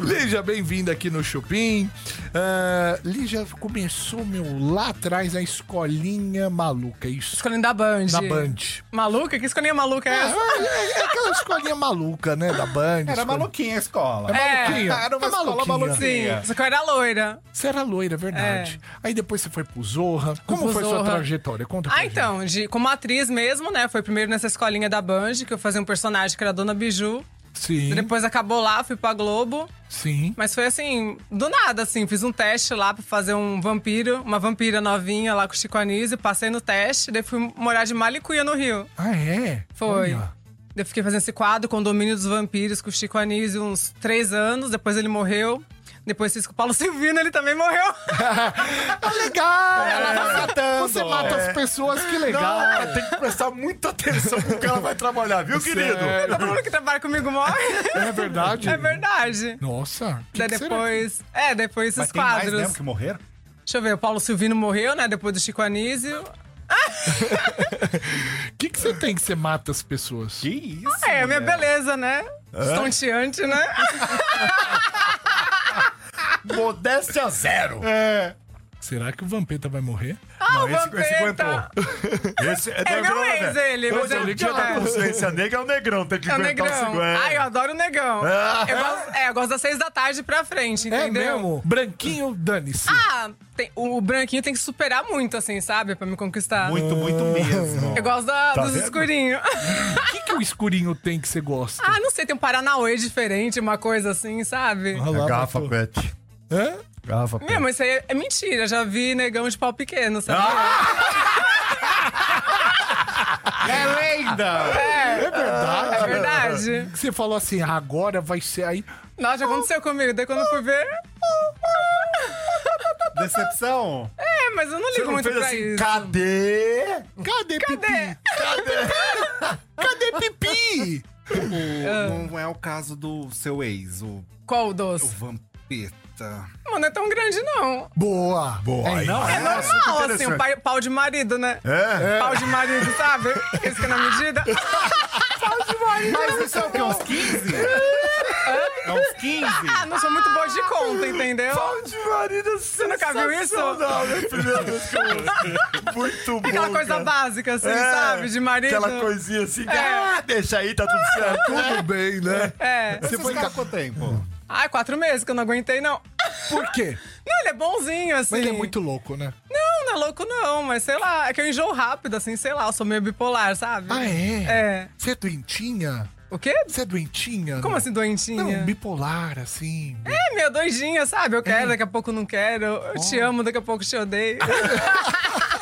Speaker 3: Lígia, bem-vinda aqui no Chupim. Ah, Lígia começou, meu, lá atrás a escolinha maluca. Isso.
Speaker 8: Escolinha da Band.
Speaker 3: Da Band.
Speaker 8: Maluca? Que escolinha maluca é
Speaker 3: É,
Speaker 8: essa?
Speaker 3: é, é aquela escolinha maluca, né? Da Band.
Speaker 5: Era
Speaker 3: escolinha-
Speaker 5: maluquinha a escola.
Speaker 8: É.
Speaker 3: Maluquinha.
Speaker 5: Era uma
Speaker 3: É
Speaker 5: escola maluquinha.
Speaker 8: Sim, só que eu era loira.
Speaker 3: Você era loira, é verdade. Aí depois você foi pro Zorra. Como
Speaker 8: pro
Speaker 3: foi sua
Speaker 8: Zorra.
Speaker 3: trajetória? Conta pra
Speaker 8: Ah, então, de, como atriz mesmo, né? Foi primeiro nessa escolinha da Band, que eu fazia um personagem que era a Dona Biju.
Speaker 3: gente. Sim,
Speaker 8: Depois acabou lá, fui pra Globo.
Speaker 3: sim.
Speaker 8: Mas foi assim, do nada, assim. Fiz um teste lá pra fazer um vampiro, uma vampira novinha lá com o Chico Anísio. Passei no teste, daí fui morar de Malicuia no Rio.
Speaker 3: Ah, é?
Speaker 8: Foi.
Speaker 3: Olha.
Speaker 8: Eu fiquei fazendo esse quadro, Condomínio dos Vampiros, com o Chico Anísio, uns três anos. Depois ele morreu. Depois fiz com o Paulo Silvino, ele também morreu.
Speaker 3: Tá legal!
Speaker 8: tá
Speaker 4: matando.
Speaker 3: Você mata
Speaker 8: É.
Speaker 3: as pessoas, que legal.
Speaker 4: Não, tem que prestar muita atenção com o que ela vai trabalhar, viu, querido?
Speaker 8: Todo mundo que trabalha comigo morre.
Speaker 3: É verdade?
Speaker 8: É verdade.
Speaker 3: Nossa. que
Speaker 8: Daí
Speaker 3: que será?
Speaker 8: depois. É, depois esses
Speaker 5: Mas tem mais
Speaker 8: quadros.
Speaker 5: mesmo que morreram?
Speaker 8: Deixa eu ver, o Paulo Silvino morreu, né? Depois do Chico Anísio.
Speaker 3: O que, que você tem que você mata as pessoas?
Speaker 5: Que isso?
Speaker 8: É, a minha beleza, né? Estonteante, né? é.
Speaker 4: Modéstia zero.
Speaker 3: Será que o Vampeta vai morrer?
Speaker 8: Ah, o
Speaker 4: esse, esse
Speaker 8: Vampeta!
Speaker 4: aguentou. Esse é,
Speaker 8: É meu
Speaker 4: negrão, né,
Speaker 8: ex,
Speaker 4: velho?
Speaker 8: ele.
Speaker 4: Então,
Speaker 8: mas eu-
Speaker 4: ele que já tá com
Speaker 8: é.
Speaker 4: consciência negra é o negrão, tem que
Speaker 8: É o
Speaker 4: aguentar o
Speaker 8: Negrão.
Speaker 4: segundo. É.
Speaker 8: Ai, eu adoro o Negão.
Speaker 4: Ah.
Speaker 8: Eu gosto, é, eu gosto das seis da tarde pra frente,
Speaker 3: É
Speaker 8: entendeu?
Speaker 3: Branquinho, dane-se.
Speaker 8: Ah, tem- o branquinho tem que superar muito, assim, sabe? Pra me conquistar.
Speaker 5: Muito, muito mesmo.
Speaker 8: Eu gosto da-
Speaker 4: Tá
Speaker 8: dos
Speaker 4: vendo?
Speaker 8: escurinhos.
Speaker 3: O que, que o escurinho tem que você gosta?
Speaker 8: ah, não sei, tem um Paranauê diferente, uma coisa assim, sabe?
Speaker 3: Olha lá,
Speaker 4: É Garrafa
Speaker 3: Vampeta.
Speaker 4: pet.
Speaker 3: Hã?
Speaker 4: Garrafa pet.
Speaker 8: Meu, mas isso aí é mentira. Já vi negão de pau pequeno, sabe?
Speaker 4: Ah!
Speaker 5: É lenda!
Speaker 8: É, é verdade.
Speaker 3: Você falou assim, "Ah, agora vai ser aí.
Speaker 8: Nossa, já aconteceu comigo. Daí quando eu fui ver.
Speaker 5: Decepção?
Speaker 8: É, mas eu não ligo
Speaker 4: Você não
Speaker 8: muito
Speaker 4: fez
Speaker 8: pra
Speaker 4: assim,
Speaker 8: isso.
Speaker 4: cadê?
Speaker 3: Cadê,
Speaker 8: Cadê?
Speaker 3: Pipi? Cadê Pipi?
Speaker 8: Ah.
Speaker 5: O- Não é o caso do seu ex, o,
Speaker 8: Qual o
Speaker 5: o
Speaker 8: doce?
Speaker 5: Vampeta.
Speaker 8: Mano, não é tão grande, não.
Speaker 3: Boa.
Speaker 4: Boa,
Speaker 3: É, não?
Speaker 8: É normal, assim, um pai- pau de marido, né?
Speaker 4: É?
Speaker 8: Pau de marido, sabe? Esse que é na medida.
Speaker 5: Mas isso é o quê? Uns 15? É uns 15?
Speaker 8: Ah, não sou muito boa de conta, entendeu?
Speaker 4: Pau de marido Você
Speaker 8: nunca viu isso?
Speaker 4: Não, é a primeira vez que eu ouço. Muito bom.
Speaker 8: Aquela coisa
Speaker 4: cara.
Speaker 8: básica, assim,
Speaker 4: É,
Speaker 8: sabe? De marido.
Speaker 4: Aquela coisinha assim, que, ah, deixa aí, tá tudo certo. Tudo bem, né?
Speaker 8: É.
Speaker 5: Você foi ficar quanto tempo?
Speaker 8: Ai, quatro meses que eu não aguentei, não.
Speaker 3: Por quê?
Speaker 8: Não, ele é bonzinho, assim.
Speaker 3: Mas ele é muito louco, né?
Speaker 8: Não, não é louco, não, mas sei lá. É que eu enjoo rápido, assim, sei lá. Eu sou meio bipolar, sabe?
Speaker 3: Ah, é?
Speaker 8: É.
Speaker 3: Você é doentinha?
Speaker 8: O quê?
Speaker 3: Você é doentinha?
Speaker 8: Como
Speaker 3: não?
Speaker 8: assim, doentinha?
Speaker 3: Não, É. bipolar, assim.
Speaker 8: É meio doidinha, sabe? Eu quero, daqui a pouco não quero. Eu te amo, daqui a pouco te odeio.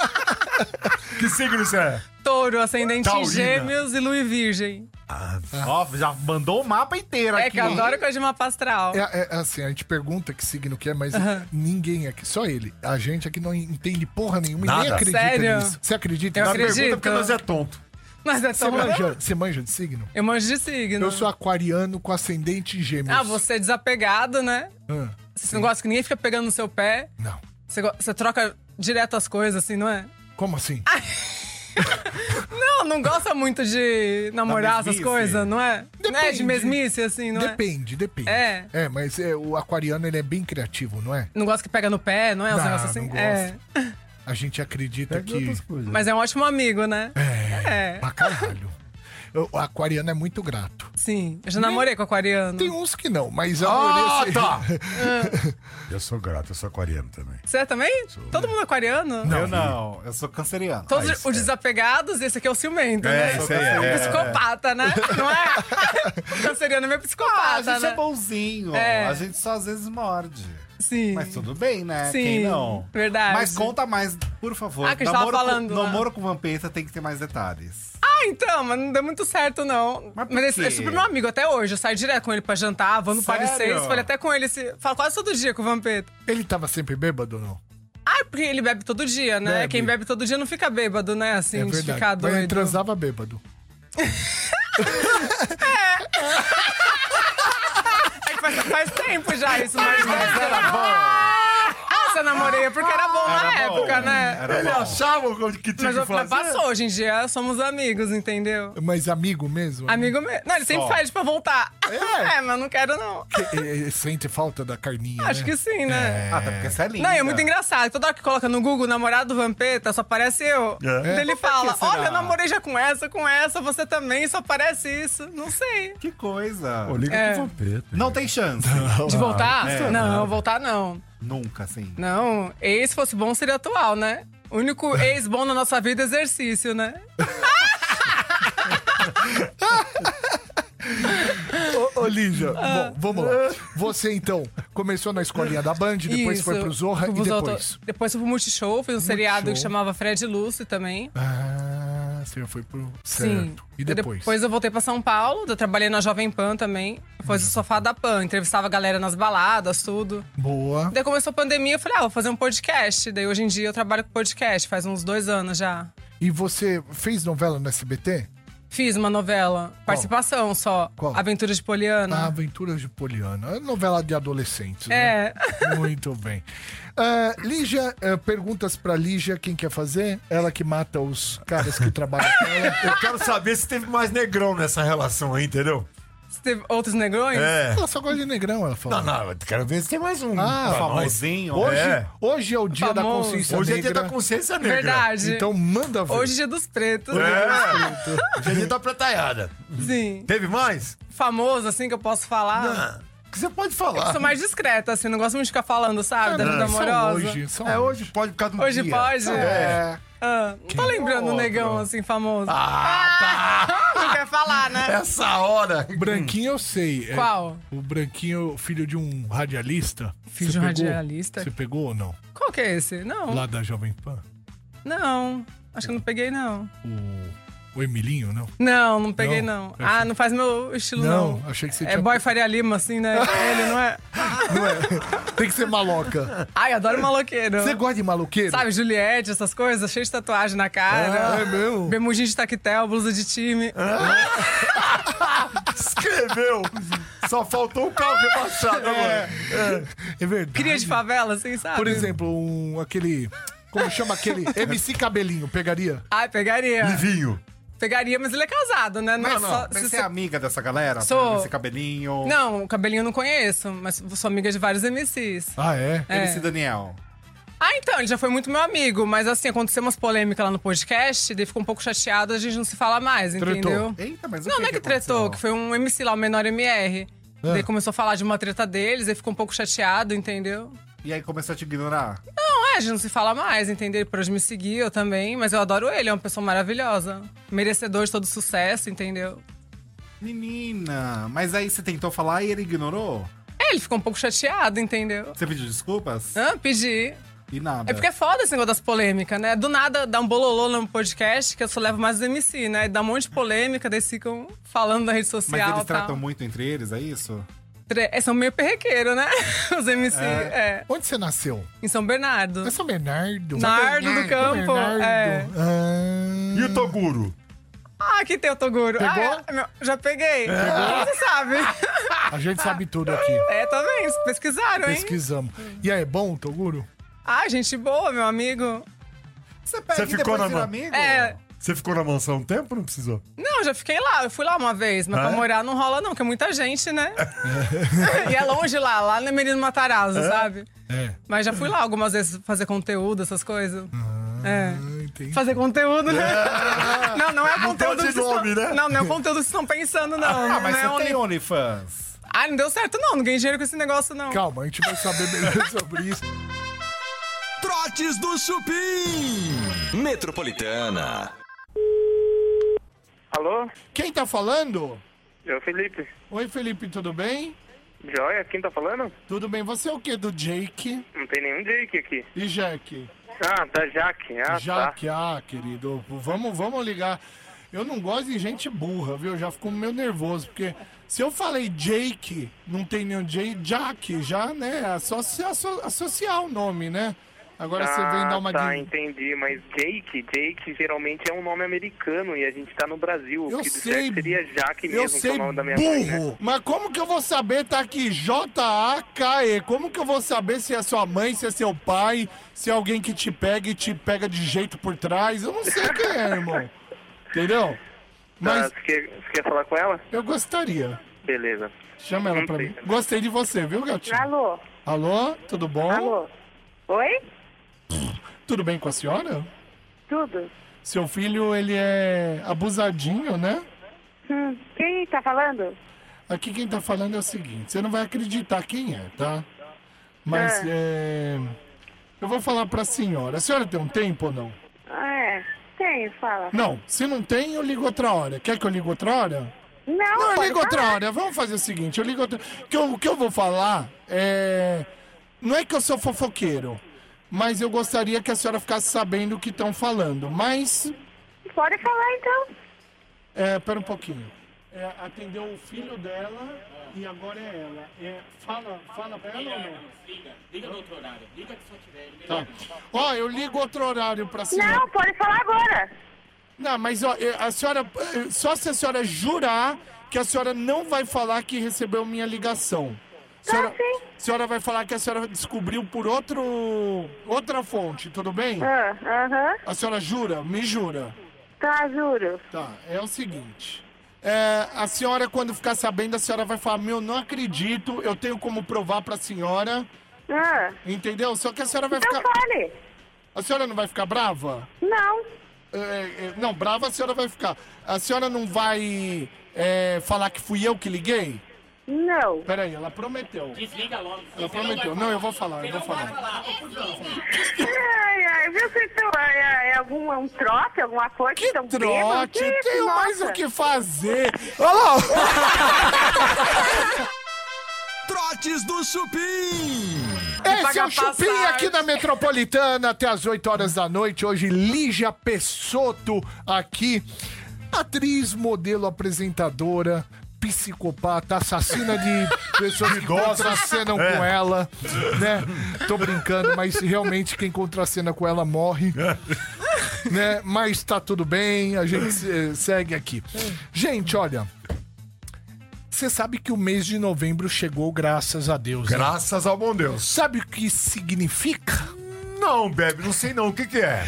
Speaker 4: Que signo isso é?
Speaker 8: Touro, ascendente em
Speaker 4: Taurina.
Speaker 8: gêmeos e lua e virgem.
Speaker 3: Ah.
Speaker 5: Ó, já mandou o mapa inteiro
Speaker 8: É
Speaker 5: aqui.
Speaker 8: que eu adoro coisa de mapa astral.
Speaker 3: É, é, é assim, a gente pergunta que signo que é, mas ninguém aqui, só ele. A gente aqui não entende porra nenhuma e nem
Speaker 4: Nada.
Speaker 3: acredita
Speaker 8: Sério?
Speaker 3: nisso. Você acredita
Speaker 8: Eu
Speaker 3: nisso?
Speaker 8: acredito.
Speaker 4: Pergunta porque nós é tonto.
Speaker 8: Mas é
Speaker 3: Você
Speaker 8: tão
Speaker 3: manja, você manja de signo?
Speaker 8: Eu manjo de signo.
Speaker 3: Eu sou aquariano com ascendente em gêmeos.
Speaker 8: Ah, você é desapegado, né?
Speaker 3: Hã?
Speaker 8: Você não gosta que ninguém fica pegando no seu pé.
Speaker 3: Ah, Não.
Speaker 8: Você, go- você troca direto as coisas, assim, não é?
Speaker 3: Como assim?
Speaker 8: Não, não gosta muito de namorar essas
Speaker 5: mesmice?
Speaker 8: coisas, não é? Não é de
Speaker 3: Depende.
Speaker 8: mesmice, assim, não é?
Speaker 3: depende, depende.
Speaker 8: É.
Speaker 3: É, mas é, o aquariano ele é bem criativo, não é?
Speaker 8: Não gosta que pega no pé, não é? Os
Speaker 3: Não,
Speaker 8: negócios assim.
Speaker 3: não
Speaker 8: É.
Speaker 3: A gente acredita que.
Speaker 8: Mas é um ótimo amigo, né? É.
Speaker 5: Ah.
Speaker 3: Pra caralho. O o aquariano é muito grato.
Speaker 8: sim. Eu já namorei com aquariano.
Speaker 5: um-
Speaker 3: Tem uns que não, mas assim, a
Speaker 4: Ah,
Speaker 3: maioria-
Speaker 4: tá! eu sou grato, eu sou aquariano também.
Speaker 8: Você é também? Todo mundo é aquariano?
Speaker 5: eu não, eu sou canceriano.
Speaker 8: Todos
Speaker 4: Ah,
Speaker 8: os
Speaker 4: isso é.
Speaker 8: desapegados, esse aqui é o ciumento,
Speaker 5: É,
Speaker 8: né?
Speaker 5: isso aí é.
Speaker 8: Um
Speaker 5: é.
Speaker 8: psicopata, né? Não é? Canceriano é meio
Speaker 5: Ah,
Speaker 8: psicopata,
Speaker 5: a gente
Speaker 8: né?
Speaker 5: é bonzinho.
Speaker 8: É.
Speaker 5: A gente só às vezes morde.
Speaker 8: Sim.
Speaker 5: Mas tudo bem, né?
Speaker 8: Sim,
Speaker 5: Quem não?
Speaker 8: verdade.
Speaker 5: Mas conta mais, por favor.
Speaker 8: Ah, que a gente tava
Speaker 5: Namoro com-
Speaker 8: falando, né?
Speaker 5: Namoro com vampeta tem que ter mais detalhes.
Speaker 8: Ah, então, mas não deu muito certo, não.
Speaker 5: Mas
Speaker 8: Mas,
Speaker 5: por
Speaker 8: esse
Speaker 5: quê?
Speaker 8: é super meu amigo até hoje. Eu saio direto com ele pra jantar, vou no Paris
Speaker 5: Sério?
Speaker 8: 6, falei até com ele. Se... Falo quase todo dia com o Vampeta.
Speaker 3: Ele tava sempre bêbado, não?
Speaker 8: Ah, é porque ele bebe todo dia, né?
Speaker 3: Bebe.
Speaker 8: Quem bebe todo dia não fica bêbado, né? Assim,
Speaker 3: é
Speaker 8: de
Speaker 3: verdade.
Speaker 8: ficar
Speaker 3: Mas ele
Speaker 8: doido.
Speaker 3: transava bêbado.
Speaker 8: É que faz, faz tempo já isso, mas. mas era Essa eu namorei, porque era bom na
Speaker 5: Era bom.
Speaker 8: época, né?
Speaker 5: Era
Speaker 4: Ele
Speaker 5: bom.
Speaker 4: achava o que tipo tinha
Speaker 8: Mas,
Speaker 4: que
Speaker 8: eu-
Speaker 4: fazer.
Speaker 8: mas passou, hoje em dia somos amigos, entendeu?
Speaker 3: Mas amigo mesmo?
Speaker 8: Amigo mesmo. Não, ele sempre faz pra voltar.
Speaker 3: É?
Speaker 8: É, mas não quero, não.
Speaker 3: Que- é, é, Sente falta da carninha,
Speaker 8: Acho
Speaker 3: né?
Speaker 8: que sim, né?
Speaker 5: Ah, tá porque você é linda.
Speaker 8: Não, e é muito engraçado. Toda hora que coloca no Google namorado Vampeta, só aparece eu.
Speaker 3: É.
Speaker 8: Daí Ele fala:
Speaker 5: será?
Speaker 8: Olha, eu namorei já com essa, com essa, você também, só aparece isso. Não sei.
Speaker 5: Que coisa.
Speaker 4: Pô, liga
Speaker 8: É.
Speaker 4: pro Vampeta.
Speaker 5: Não tem chance.
Speaker 8: De voltar?
Speaker 5: é.
Speaker 8: não, voltar não.
Speaker 5: Nunca, assim.
Speaker 8: Não, ex fosse bom seria atual, né? O único ex bom na nossa vida é exercício, né?
Speaker 3: Ô, ô Lígia,
Speaker 8: Ah.
Speaker 3: bom, vamos lá. Você, então, começou na escolinha da Band, depois foi
Speaker 8: Isso.
Speaker 3: pro Zorra e
Speaker 8: Fui pros outros-
Speaker 3: depois...
Speaker 8: Depois fui pro Multishow, fiz um seriado que
Speaker 3: Multishow.
Speaker 8: chamava Fred Lúcio também.
Speaker 3: Ah, você já foi pro...
Speaker 8: Sim.
Speaker 3: Certo. E
Speaker 8: Eu
Speaker 3: depois?
Speaker 8: Depois eu voltei pra São Paulo, eu trabalhei na Jovem Pan também.
Speaker 3: Hum.
Speaker 8: Depois do Sofá da Pan, entrevistava a galera nas baladas, tudo.
Speaker 3: Boa.
Speaker 8: Daí começou a pandemia, eu falei, ah, vou fazer um podcast. Daí hoje em dia eu trabalho com podcast, faz uns dois anos já.
Speaker 3: E você fez novela no SBT?
Speaker 8: Fiz uma novela, participação só.
Speaker 3: Qual?
Speaker 8: Aventuras de Poliana.
Speaker 4: Tá.
Speaker 3: Na Aventuras de Poliana. É novela de adolescentes, né?
Speaker 8: é.
Speaker 3: Muito bem. Ah, Lígia, ah, perguntas pra Lígia, quem quer fazer? Ela que mata os caras que trabalham com ela.
Speaker 4: assim, Eu quero saber se teve mais negrão nessa relação aí, entendeu?
Speaker 8: Você teve outros negrões?
Speaker 4: É.
Speaker 3: Ela só gosta de negrão, ela
Speaker 4: Não,
Speaker 3: fala.
Speaker 4: não, eu quero ver se tem mais um.
Speaker 3: Ah,
Speaker 4: pra nós.
Speaker 5: famosinho.
Speaker 3: Hoje
Speaker 4: É.
Speaker 3: hoje é o dia da
Speaker 8: Famoso.
Speaker 3: consciência
Speaker 4: Hoje é
Speaker 3: negra.
Speaker 4: dia da consciência negra.
Speaker 8: Verdade.
Speaker 3: Então manda ver.
Speaker 8: Hoje é dia dos pretos.
Speaker 4: É. Hoje é dia da pretaiada.
Speaker 8: Sim.
Speaker 4: Teve mais?
Speaker 8: Famoso, assim, que eu posso falar.
Speaker 4: Ah, que você pode falar.
Speaker 8: Sou mais discreta, assim, não gosto muito de ficar falando, sabe? é da vida
Speaker 3: São
Speaker 8: amorosa.
Speaker 3: hoje, são
Speaker 4: É, hoje pode por causa do
Speaker 8: Hoje
Speaker 4: dia.
Speaker 8: pode?
Speaker 4: um É.
Speaker 8: Ah, não tô lembrando o negão, assim, famoso.
Speaker 4: Ah, tá.
Speaker 8: Não quer falar, né?
Speaker 4: Essa hora.
Speaker 3: Branquinho eu sei. É
Speaker 8: Qual?
Speaker 3: o Branquinho, filho de um radialista.
Speaker 8: Filho
Speaker 3: Você
Speaker 8: de um
Speaker 3: pegou?
Speaker 8: radialista?
Speaker 3: Você pegou ou não?
Speaker 8: Qual que é esse? Não.
Speaker 3: Lá da Jovem Pan?
Speaker 8: Não. Acho que eu não peguei, não.
Speaker 3: O, o Emilinho, não?
Speaker 8: Não, não peguei, não.
Speaker 3: Não?
Speaker 8: Ah, não faz meu estilo, não.
Speaker 3: Não, achei que você
Speaker 8: é
Speaker 3: tinha-
Speaker 8: boy Faria Lima, assim, né? Ele, não é?
Speaker 3: Não é? Tem que ser maloca.
Speaker 8: Ai, adoro maloqueiro.
Speaker 3: Você gosta de maloqueiro?
Speaker 8: Sabe, né? Juliette, essas coisas, cheio de tatuagem na cara.
Speaker 3: É mesmo?
Speaker 8: Bermudinho de taquetel, blusa de time.
Speaker 3: Ah.
Speaker 4: Escreveu. Só faltou o carro rebaixado agora.
Speaker 3: É verdade.
Speaker 8: Cria de favela, assim, sabe?
Speaker 3: Por exemplo, um, aquele... Como chama aquele? MC Cabelinho, pegaria?
Speaker 8: Ai, pegaria.
Speaker 4: Vinho.
Speaker 8: Pegaria, mas ele é casado, né? Não, é
Speaker 5: Não,
Speaker 8: só-
Speaker 5: não.
Speaker 8: se
Speaker 5: Você
Speaker 8: você-
Speaker 5: é amiga dessa galera?
Speaker 8: Sou.
Speaker 5: Esse cabelinho.
Speaker 8: Não, o cabelinho eu não conheço, mas sou amiga de vários MCs.
Speaker 3: Ah, é?
Speaker 8: É.
Speaker 5: MC Daniel.
Speaker 8: Ah, então, ele já foi muito meu amigo, mas assim, aconteceu umas polêmicas lá no podcast, daí ficou um pouco chateado, a gente não se fala mais,
Speaker 3: Tretou.
Speaker 8: entendeu?
Speaker 5: Eita, mas o
Speaker 8: Não, não é que tretou,
Speaker 5: aconteceu? É.
Speaker 8: que foi um MC lá, o menor MR. Daí começou a falar de uma treta deles, aí ficou um pouco chateado, entendeu?
Speaker 5: E aí começou a te ignorar.
Speaker 8: Não, é, a gente não se fala mais, entendeu? Ele parou de me seguir, eu também, mas eu adoro ele, é uma pessoa maravilhosa. Merecedor de todo sucesso, entendeu?
Speaker 5: Menina, mas aí você tentou falar e ele ignorou?
Speaker 8: É, ele ficou um pouco chateado, entendeu?
Speaker 5: Você pediu desculpas?
Speaker 8: Ah, pedi.
Speaker 5: E nada.
Speaker 8: É porque é foda esse negócio das polêmicas, né? Do nada dá um bololô no podcast que eu só levo mais os MC, né? E dá um monte de polêmica, daí ficam falando na rede social.
Speaker 5: Mas eles
Speaker 8: tal.
Speaker 5: tratam muito entre eles, é isso?
Speaker 8: Tre- é, São meio perrequeiro, né? Os MC, é.
Speaker 3: Onde você nasceu?
Speaker 8: Em São Bernardo.
Speaker 3: É São Bernardo.
Speaker 8: Nardo do Campo, é.
Speaker 3: Ah,
Speaker 4: E o Toguro?
Speaker 8: Ah, aqui tem o Toguro.
Speaker 3: Pegou?
Speaker 8: Ah, é, meu, já peguei. Você sabe.
Speaker 3: Ah. a gente sabe tudo aqui.
Speaker 8: É, também. Pesquisaram, hein?
Speaker 3: Pesquisamos. E aí, é bom, Toguro?
Speaker 8: Ah, gente boa, meu amigo.
Speaker 5: Você pega
Speaker 4: Você
Speaker 5: e
Speaker 4: ficou
Speaker 5: depois
Speaker 4: na
Speaker 5: vira
Speaker 4: mão?
Speaker 5: amigo?
Speaker 8: É.
Speaker 4: Você ficou na mansão um tempo ou não precisou?
Speaker 8: Não, já fiquei lá. Eu fui lá uma vez, mas
Speaker 4: Ah,
Speaker 8: pra
Speaker 4: é?
Speaker 8: morar não rola, não, que é muita gente, né? e é longe lá, lá no Emerino Matarazzo, sabe?
Speaker 3: É.
Speaker 8: Mas já fui lá algumas vezes fazer conteúdo, essas coisas. É.
Speaker 3: Ah, Entendi.
Speaker 8: Fazer conteúdo, né? Não, não é
Speaker 4: Não
Speaker 8: conteúdo
Speaker 4: pode
Speaker 8: que vocês
Speaker 4: nome, nome, né?
Speaker 8: Não, não é o conteúdo que vocês estão pensando, não.
Speaker 5: Ah, mas
Speaker 8: não
Speaker 5: você
Speaker 8: é only-
Speaker 5: tem
Speaker 4: um-
Speaker 5: OnlyFans.
Speaker 8: Ah, não deu certo, não. Não ganhei dinheiro com esse negócio, não.
Speaker 3: Calma, a gente vai saber melhor sobre isso.
Speaker 1: Trotes do Chupim. Metropolitana.
Speaker 9: Alô?
Speaker 3: Quem tá falando?
Speaker 9: É o Felipe.
Speaker 3: Oi, Felipe, tudo bem?
Speaker 9: Joia, quem tá falando?
Speaker 3: Tudo bem, você é o quê? Do Jake
Speaker 9: Não tem nenhum Jake aqui.
Speaker 3: e Jack?
Speaker 9: Ah, da Jaque. Ah, tá.
Speaker 3: Jaque, ah, querido, vamos, vamos ligar. Eu não gosto de gente burra, viu? Já fico meio nervoso, porque se eu falei Jake, não tem nenhum Jake, Jack, já, né? Associa, asso- associar o nome, né? Agora você vem
Speaker 9: Ah,
Speaker 3: dar uma
Speaker 9: tá,
Speaker 3: de-
Speaker 9: entendi. Mas Jake, Jake geralmente é um nome americano e a gente tá no Brasil.
Speaker 3: Eu
Speaker 9: o que do
Speaker 3: sei,
Speaker 9: certo seria Jaque
Speaker 3: Eu
Speaker 9: mesmo, que é
Speaker 3: sei,
Speaker 9: o nome da minha mãe, né?
Speaker 3: burro! Mas como que eu vou saber? Tá aqui J-A-K-E. Como que eu vou saber se é sua mãe, se é seu pai, se é alguém que te pega e te pega de jeito por trás? Eu não sei quem é, irmão. Entendeu?
Speaker 9: Tá,
Speaker 3: Mas
Speaker 9: você, quer, você quer falar com ela?
Speaker 3: eu gostaria.
Speaker 9: Beleza.
Speaker 3: Chama ela pra mim. Gostei de você, viu, gatinho?
Speaker 6: Alô?
Speaker 3: Alô, tudo bom?
Speaker 6: Alô? Oi?
Speaker 3: Tudo bem com a senhora?
Speaker 6: Tudo?
Speaker 3: Seu filho, ele é abusadinho, né?
Speaker 6: Hum, quem tá falando?
Speaker 3: Aqui quem tá falando é o seguinte, você não vai acreditar quem é, tá? Mas é. Eu vou falar pra senhora. A senhora tem um tempo ou não?
Speaker 6: Ah, é. Quem fala?
Speaker 3: Não, se não tem, eu ligo outra hora. Quer que eu ligo outra hora?
Speaker 6: Não,
Speaker 3: Não, eu
Speaker 6: pode
Speaker 3: ligo outra
Speaker 6: falar.
Speaker 3: hora. Vamos fazer o seguinte, eu ligo outra. O que eu- o que eu vou falar é. Não é que eu sou fofoqueiro, mas eu gostaria que a senhora ficasse sabendo o que estão falando. Mas
Speaker 6: Pode falar, então.
Speaker 3: É, pera um pouquinho. É, atendeu o filho dela e agora é ela. É, fala, fala pra ela ou não? Liga, liga no outro horário. Liga que só tiver. Tá. Ó, eu ligo outro horário pra senhora.
Speaker 6: Não, pode falar agora.
Speaker 3: Não, mas ó, é, a senhora. é, Só se a senhora jurar que a senhora não vai falar que recebeu minha ligação. A senhora,
Speaker 6: sim.
Speaker 3: a senhora vai falar que a senhora descobriu por outro, outra fonte, tudo bem?
Speaker 6: Ah, Aham.
Speaker 3: A senhora jura? Me jura.
Speaker 6: Tá, juro.
Speaker 3: Tá, é o seguinte. É, a senhora, quando ficar sabendo, a senhora vai falar: Meu, não acredito, eu tenho como provar pra senhora,
Speaker 6: Ah,
Speaker 3: entendeu? Só que a senhora vai
Speaker 6: então
Speaker 3: ficar.
Speaker 6: fale.
Speaker 3: A senhora não vai ficar brava?
Speaker 6: Não.
Speaker 3: É, é, não, brava a senhora vai ficar. A senhora não vai é, falar que fui eu que liguei?
Speaker 6: Não.
Speaker 3: Peraí, ela prometeu. Desliga logo. Ela prometeu. Não, eu vou falar, eu vou falar.
Speaker 6: Ai, ai, viu que então, ai, ai, algum um trote, alguma coisa?
Speaker 3: Que
Speaker 6: tão bêbado?
Speaker 3: trote,
Speaker 6: isso,
Speaker 3: tenho mais
Speaker 6: nossa.
Speaker 3: o que fazer. Olha lá!
Speaker 1: Trotes do Chupim.
Speaker 3: Esse é
Speaker 8: pagar
Speaker 3: o Chupim
Speaker 8: passagem.
Speaker 3: aqui na Metropolitana até as 8 horas da noite. Hoje, Lígia Pessotto aqui, atriz, modelo, apresentadora, psicopata, assassina de pessoas que contracenam
Speaker 4: É.
Speaker 3: com ela, né? Tô brincando, mas realmente quem contracena com ela morre. Né? Mas tá tudo bem, a gente eh, segue aqui. Gente, olha. Você sabe que o mês de novembro chegou, graças a Deus. né?
Speaker 4: Graças ao bom Deus.
Speaker 3: Sabe o que significa?
Speaker 4: Não, Bebe, não sei não. O que que é?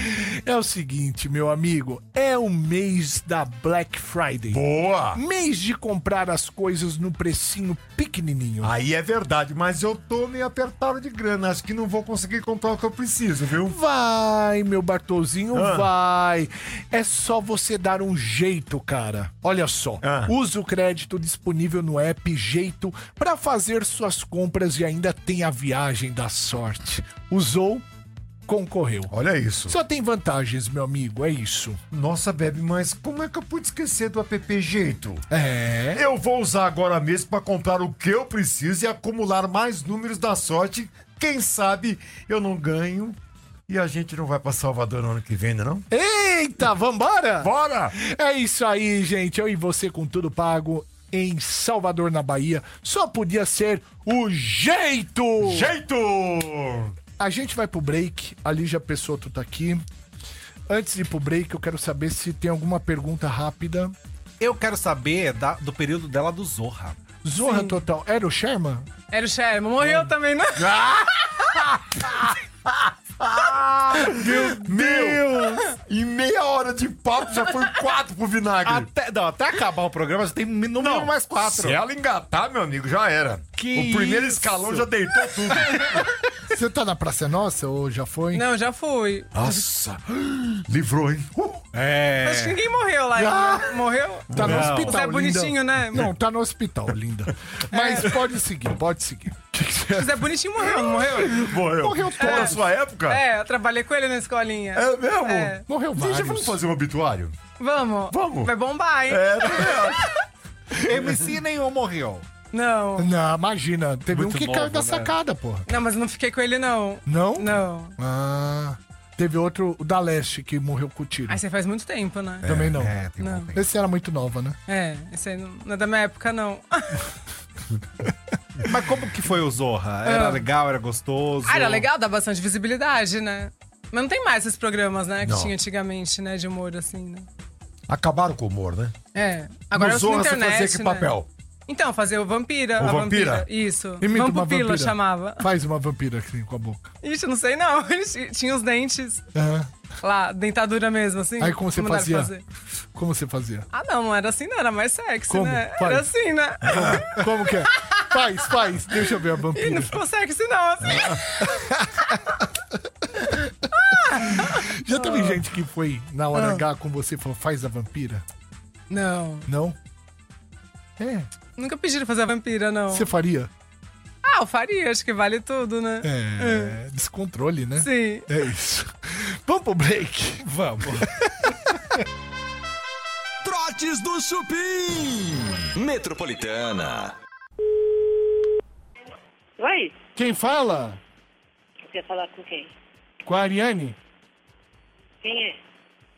Speaker 3: É o seguinte, meu amigo, é o mês da Black Friday.
Speaker 4: Boa!
Speaker 3: Mês de comprar as coisas no precinho pequenininho.
Speaker 4: Aí é verdade, mas eu tô meio apertado de grana. Acho que não vou conseguir comprar o que eu preciso, viu?
Speaker 3: Vai, meu Bartolzinho, vai. É só você dar um jeito, cara. Olha só.
Speaker 4: Ah.
Speaker 3: Usa o crédito disponível no app Jeito pra fazer suas compras e ainda tem a viagem da sorte. Usou? Concorreu.
Speaker 4: Olha isso.
Speaker 3: Só tem vantagens, meu amigo, é isso.
Speaker 4: Nossa, Bebe, mas como é que eu pude esquecer do app jeito?
Speaker 3: É.
Speaker 4: Eu vou usar agora mesmo pra comprar o que eu preciso e acumular mais números da sorte. Quem sabe eu não ganho e a gente não vai pra Salvador no ano que vem, né, não?
Speaker 3: Eita, vambora?
Speaker 4: Bora!
Speaker 3: É isso aí, gente. Eu e você com tudo pago em Salvador, na Bahia. Só podia ser o jeito!
Speaker 4: Jeito!
Speaker 3: A gente vai pro break. A Lígia Pessotto tá aqui. Antes de ir pro break, eu quero saber se tem alguma pergunta rápida.
Speaker 5: Eu quero saber da- do período dela do Zorra.
Speaker 3: Zorra Total. Era o Sherman?
Speaker 8: Era o Sherman. Morreu também, né?
Speaker 4: Meu! Em meia hora de papo já foi quatro pro vinagre.
Speaker 5: Até, não, até acabar o programa, você tem no mínimo mais quatro.
Speaker 4: Se ela engatar, meu amigo, já era.
Speaker 5: Que
Speaker 4: o primeiro
Speaker 5: isso?
Speaker 4: escalão já deitou tudo.
Speaker 3: Você tá na Praça é Nossa ou já foi?
Speaker 8: Não, já fui.
Speaker 4: Nossa! Livrou, hein? Uh,
Speaker 8: Acho que ninguém morreu lá.
Speaker 4: Ah!
Speaker 8: né? Morreu?
Speaker 3: Tá no
Speaker 4: Não.
Speaker 8: O
Speaker 3: hospital.
Speaker 8: Zé
Speaker 3: linda.
Speaker 8: Bonitinho, né?
Speaker 3: Não, tá no hospital, linda. Mas pode seguir, pode seguir.
Speaker 8: O Zé é Bonitinho morreu, não morreu?
Speaker 4: morreu.
Speaker 3: Morreu
Speaker 4: Foi na
Speaker 3: todos.
Speaker 4: sua época?
Speaker 8: É, eu trabalhei com ele na escolinha.
Speaker 4: É mesmo?
Speaker 8: É.
Speaker 3: Morreu
Speaker 4: Gente,
Speaker 3: vários.
Speaker 4: vamos fazer um obituário?
Speaker 8: Vamos.
Speaker 4: Vamos.
Speaker 8: Vai bombar, hein?
Speaker 4: É, também acho.
Speaker 5: MC nenhum morreu.
Speaker 8: Não.
Speaker 3: Não, imagina. Teve
Speaker 5: Muito
Speaker 3: um que
Speaker 5: bom,
Speaker 3: caiu da
Speaker 5: né?
Speaker 3: sacada, porra.
Speaker 8: Não, mas eu não fiquei com ele, não.
Speaker 3: Não?
Speaker 8: Não.
Speaker 3: Ah, teve outro, o da Leste, que morreu com o tiro.
Speaker 8: Aí você faz muito tempo, né?
Speaker 3: Também não.
Speaker 5: É, tem
Speaker 8: Não.
Speaker 5: um tempo.
Speaker 3: Esse era muito nova, né?
Speaker 8: É, esse aí não, não é da minha época, não. Ah,
Speaker 5: Mas como que foi o Zorra? Era legal, era gostoso?
Speaker 8: Ah, era legal, dá bastante visibilidade, né? Mas não tem mais esses programas, né? Que
Speaker 4: Não.
Speaker 8: tinha antigamente, né? De humor, assim, né?
Speaker 4: Acabaram com o humor, né?
Speaker 8: É. Agora
Speaker 4: no
Speaker 8: eu sou
Speaker 4: Zorra
Speaker 8: na internet,
Speaker 4: você fazia que
Speaker 8: né?
Speaker 4: papel?
Speaker 8: Então, fazer o Vampira.
Speaker 4: O
Speaker 8: a vampira.
Speaker 4: Vampira?
Speaker 8: Isso.
Speaker 3: Imita uma
Speaker 8: Vampupila
Speaker 3: vampira.
Speaker 8: chamava.
Speaker 3: Faz uma vampira assim com a boca.
Speaker 8: Ixi, eu não sei não. Ele tinha os dentes
Speaker 3: Aham.
Speaker 8: lá, dentadura mesmo, assim.
Speaker 3: Aí como você
Speaker 8: mandaram
Speaker 3: fazia? Como você fazia?
Speaker 8: Ah, não, não era assim, não. Era mais sexy,
Speaker 3: Como?
Speaker 8: né?
Speaker 3: Faz.
Speaker 8: Era assim, né?
Speaker 3: Como que é? Faz, faz. Deixa eu ver a
Speaker 8: E não
Speaker 3: vampira.
Speaker 8: ficou sexy, não. Assim.
Speaker 3: Já teve gente que foi na
Speaker 8: Ah.
Speaker 3: hora H com você e falou, faz a vampira?
Speaker 8: Não.
Speaker 3: Não? É.
Speaker 8: Nunca pediram fazer a vampira, não.
Speaker 3: Você faria?
Speaker 8: Ah, eu faria. Acho que vale tudo, né?
Speaker 3: É. Descontrole, né?
Speaker 8: Sim.
Speaker 3: É isso. Vamos pro break. Vamos.
Speaker 1: Trotes do Chupim. Metropolitana.
Speaker 6: Oi,
Speaker 3: Quem fala?
Speaker 6: quer falar com quem?
Speaker 3: Com a Ariane?
Speaker 6: Quem é?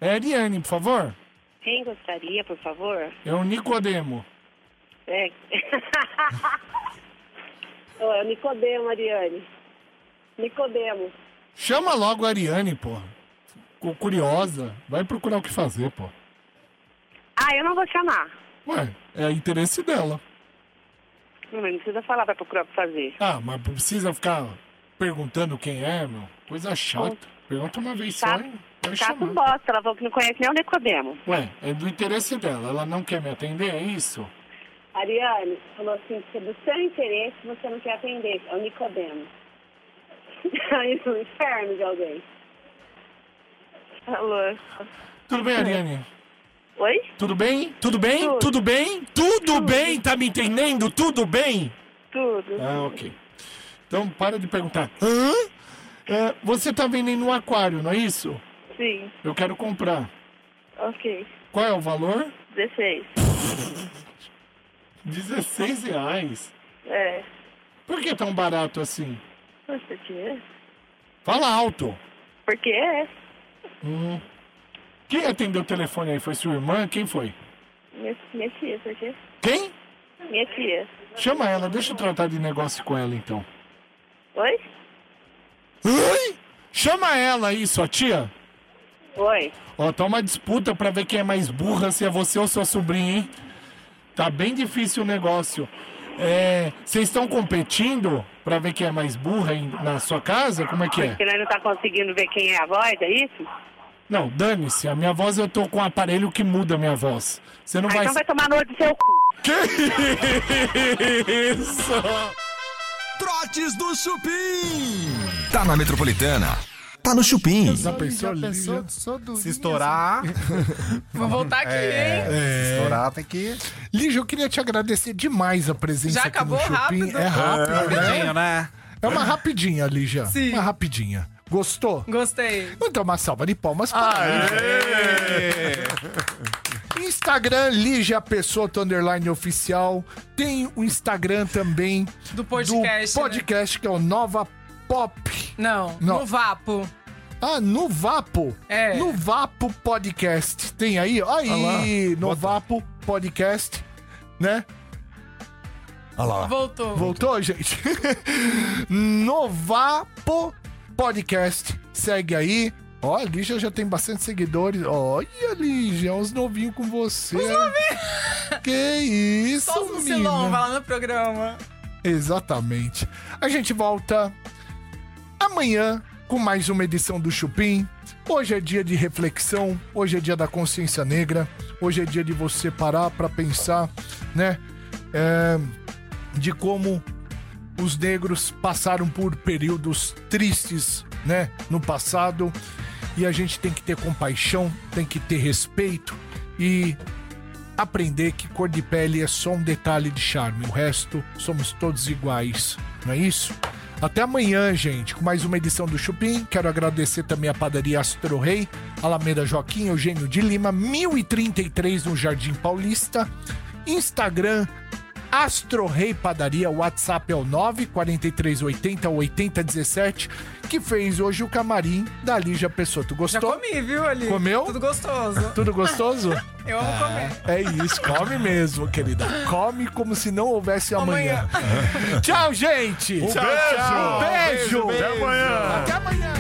Speaker 3: É a Ariane, por favor.
Speaker 6: Quem gostaria, por favor?
Speaker 3: É o Nicodemo.
Speaker 6: É. Ô, é o Nicodemo, Ariane. Nicodemo.
Speaker 3: Chama logo a Ariane, pô. Ficou curiosa. Vai procurar o que fazer, pô.
Speaker 6: Ah, eu não vou chamar.
Speaker 3: Ué, é interesse dela.
Speaker 6: Não, mas não precisa falar pra procurar o que fazer.
Speaker 3: Ah, mas precisa ficar perguntando quem é, meu. Coisa chata. Pergunta uma vez só
Speaker 6: Tá,
Speaker 3: e vai
Speaker 6: tá com
Speaker 3: chamar.
Speaker 6: bosta. Ela falou que não conhece nem o Nicodemo.
Speaker 3: Ué, é do interesse dela. Ela não quer me atender, é isso?
Speaker 6: Ariane falou assim, que do seu interesse você não quer atender. É o Nicodemo. Isso é um inferno de alguém. Alô.
Speaker 3: Tudo bem, Ariane?
Speaker 6: Oi?
Speaker 3: Tudo bem? Tudo bem?
Speaker 6: Tudo.
Speaker 3: Tudo bem? Tudo bem? Tá me entendendo? Tudo bem?
Speaker 6: Tudo.
Speaker 3: Ah, ok. Então para de perguntar. Hã? É, você tá vendendo um aquário, não é isso?
Speaker 6: Sim.
Speaker 3: Eu quero comprar.
Speaker 6: Ok.
Speaker 3: Qual é o valor?
Speaker 6: 16.
Speaker 3: 16 reais.
Speaker 6: É.
Speaker 3: Por que tão barato assim?
Speaker 6: Nossa, que...
Speaker 3: Fala alto.
Speaker 6: Porque é.
Speaker 3: Quem atendeu o telefone aí? Foi sua irmã? Quem foi?
Speaker 6: Minha, minha tia, porque...
Speaker 3: Quem?
Speaker 6: Minha tia.
Speaker 3: Chama ela, deixa eu tratar de negócio com ela então.
Speaker 6: Oi?
Speaker 3: Ui! Chama ela aí, sua tia.
Speaker 6: Oi.
Speaker 3: Ó, tá uma disputa pra ver quem é mais burra, se é você ou sua sobrinha, hein? Tá bem difícil o negócio. É, vocês estão competindo pra ver quem é mais burra em- na sua casa? Como é que é?
Speaker 6: Porque nós não tá conseguindo ver quem é a voz, é isso?
Speaker 3: Não, dane-se. A minha voz eu tô com um aparelho que muda a minha voz. Você não
Speaker 6: Ah,
Speaker 3: vai.
Speaker 6: então vai tomar no do seu cu.
Speaker 3: Que isso?
Speaker 1: Trotes do Chupim. Tá na Metropolitana. Tá no Chupim.
Speaker 3: Já pensou, Lívia?
Speaker 5: Se estourar,
Speaker 8: Vou voltar aqui, hein?
Speaker 4: É.
Speaker 5: se estourar tem que...
Speaker 3: Lígia, eu queria te agradecer demais a presença
Speaker 8: Já
Speaker 3: aqui no
Speaker 8: acabou
Speaker 3: Chupim.
Speaker 8: rápido.
Speaker 3: É rápido, né?
Speaker 5: Rapidinho, né?
Speaker 3: É uma rapidinha, Lígia.
Speaker 8: Sim.
Speaker 3: Uma rapidinha. Gostou?
Speaker 8: Gostei.
Speaker 3: Então, uma salva de palmas para a Instagram, Lígia Pessoto, underline oficial. Tem o Instagram também
Speaker 8: Do podcast.
Speaker 3: do
Speaker 8: né?
Speaker 3: podcast, que é o Nova Pop.
Speaker 8: Não,
Speaker 3: Não.
Speaker 8: no Vapo.
Speaker 3: Ah, no Vapo.
Speaker 8: É.
Speaker 3: No Vapo Podcast. Tem aí? Aí, no Vapo Podcast, né?
Speaker 8: Voltou.
Speaker 3: Voltou, gente? Novapo Podcast. Segue aí. Ó, a Lígia já tem bastante seguidores. Olha, Lígia, uns novinhos com você. Os novinhos! Que isso,
Speaker 8: Só o um Silon, vai
Speaker 3: menina.
Speaker 8: lá no programa.
Speaker 3: Exatamente. A gente volta amanhã com mais uma edição do Chupim. Hoje é dia de reflexão, hoje é dia da consciência negra, hoje é dia de você parar pra pensar, né? É, de como os negros passaram por períodos tristes, né, no passado, e a gente tem que ter compaixão, tem que ter respeito e aprender que cor de pele é só um detalhe de charme, o resto somos todos iguais, não é isso? Até amanhã, gente, com mais uma edição do Chupim. Quero agradecer também a padaria Astro Rei, Alameda Joaquim, Eugênio de Lima, 1033 no Jardim Paulista. Instagram, Astro Rei Padaria, WhatsApp é o 94380 8017, que fez hoje o camarim da Lígia Pessoto.
Speaker 8: Já
Speaker 3: Gostou?
Speaker 8: comi, viu, ali?
Speaker 3: Comeu?
Speaker 8: Tudo gostoso.
Speaker 3: Tudo gostoso?
Speaker 8: Eu amo comer.
Speaker 3: É isso, come mesmo, querida. Come como se não houvesse amanhã. Tchau, gente. Um
Speaker 4: beijo.
Speaker 3: Beijo.
Speaker 4: Beijo, beijo.
Speaker 3: Até amanhã.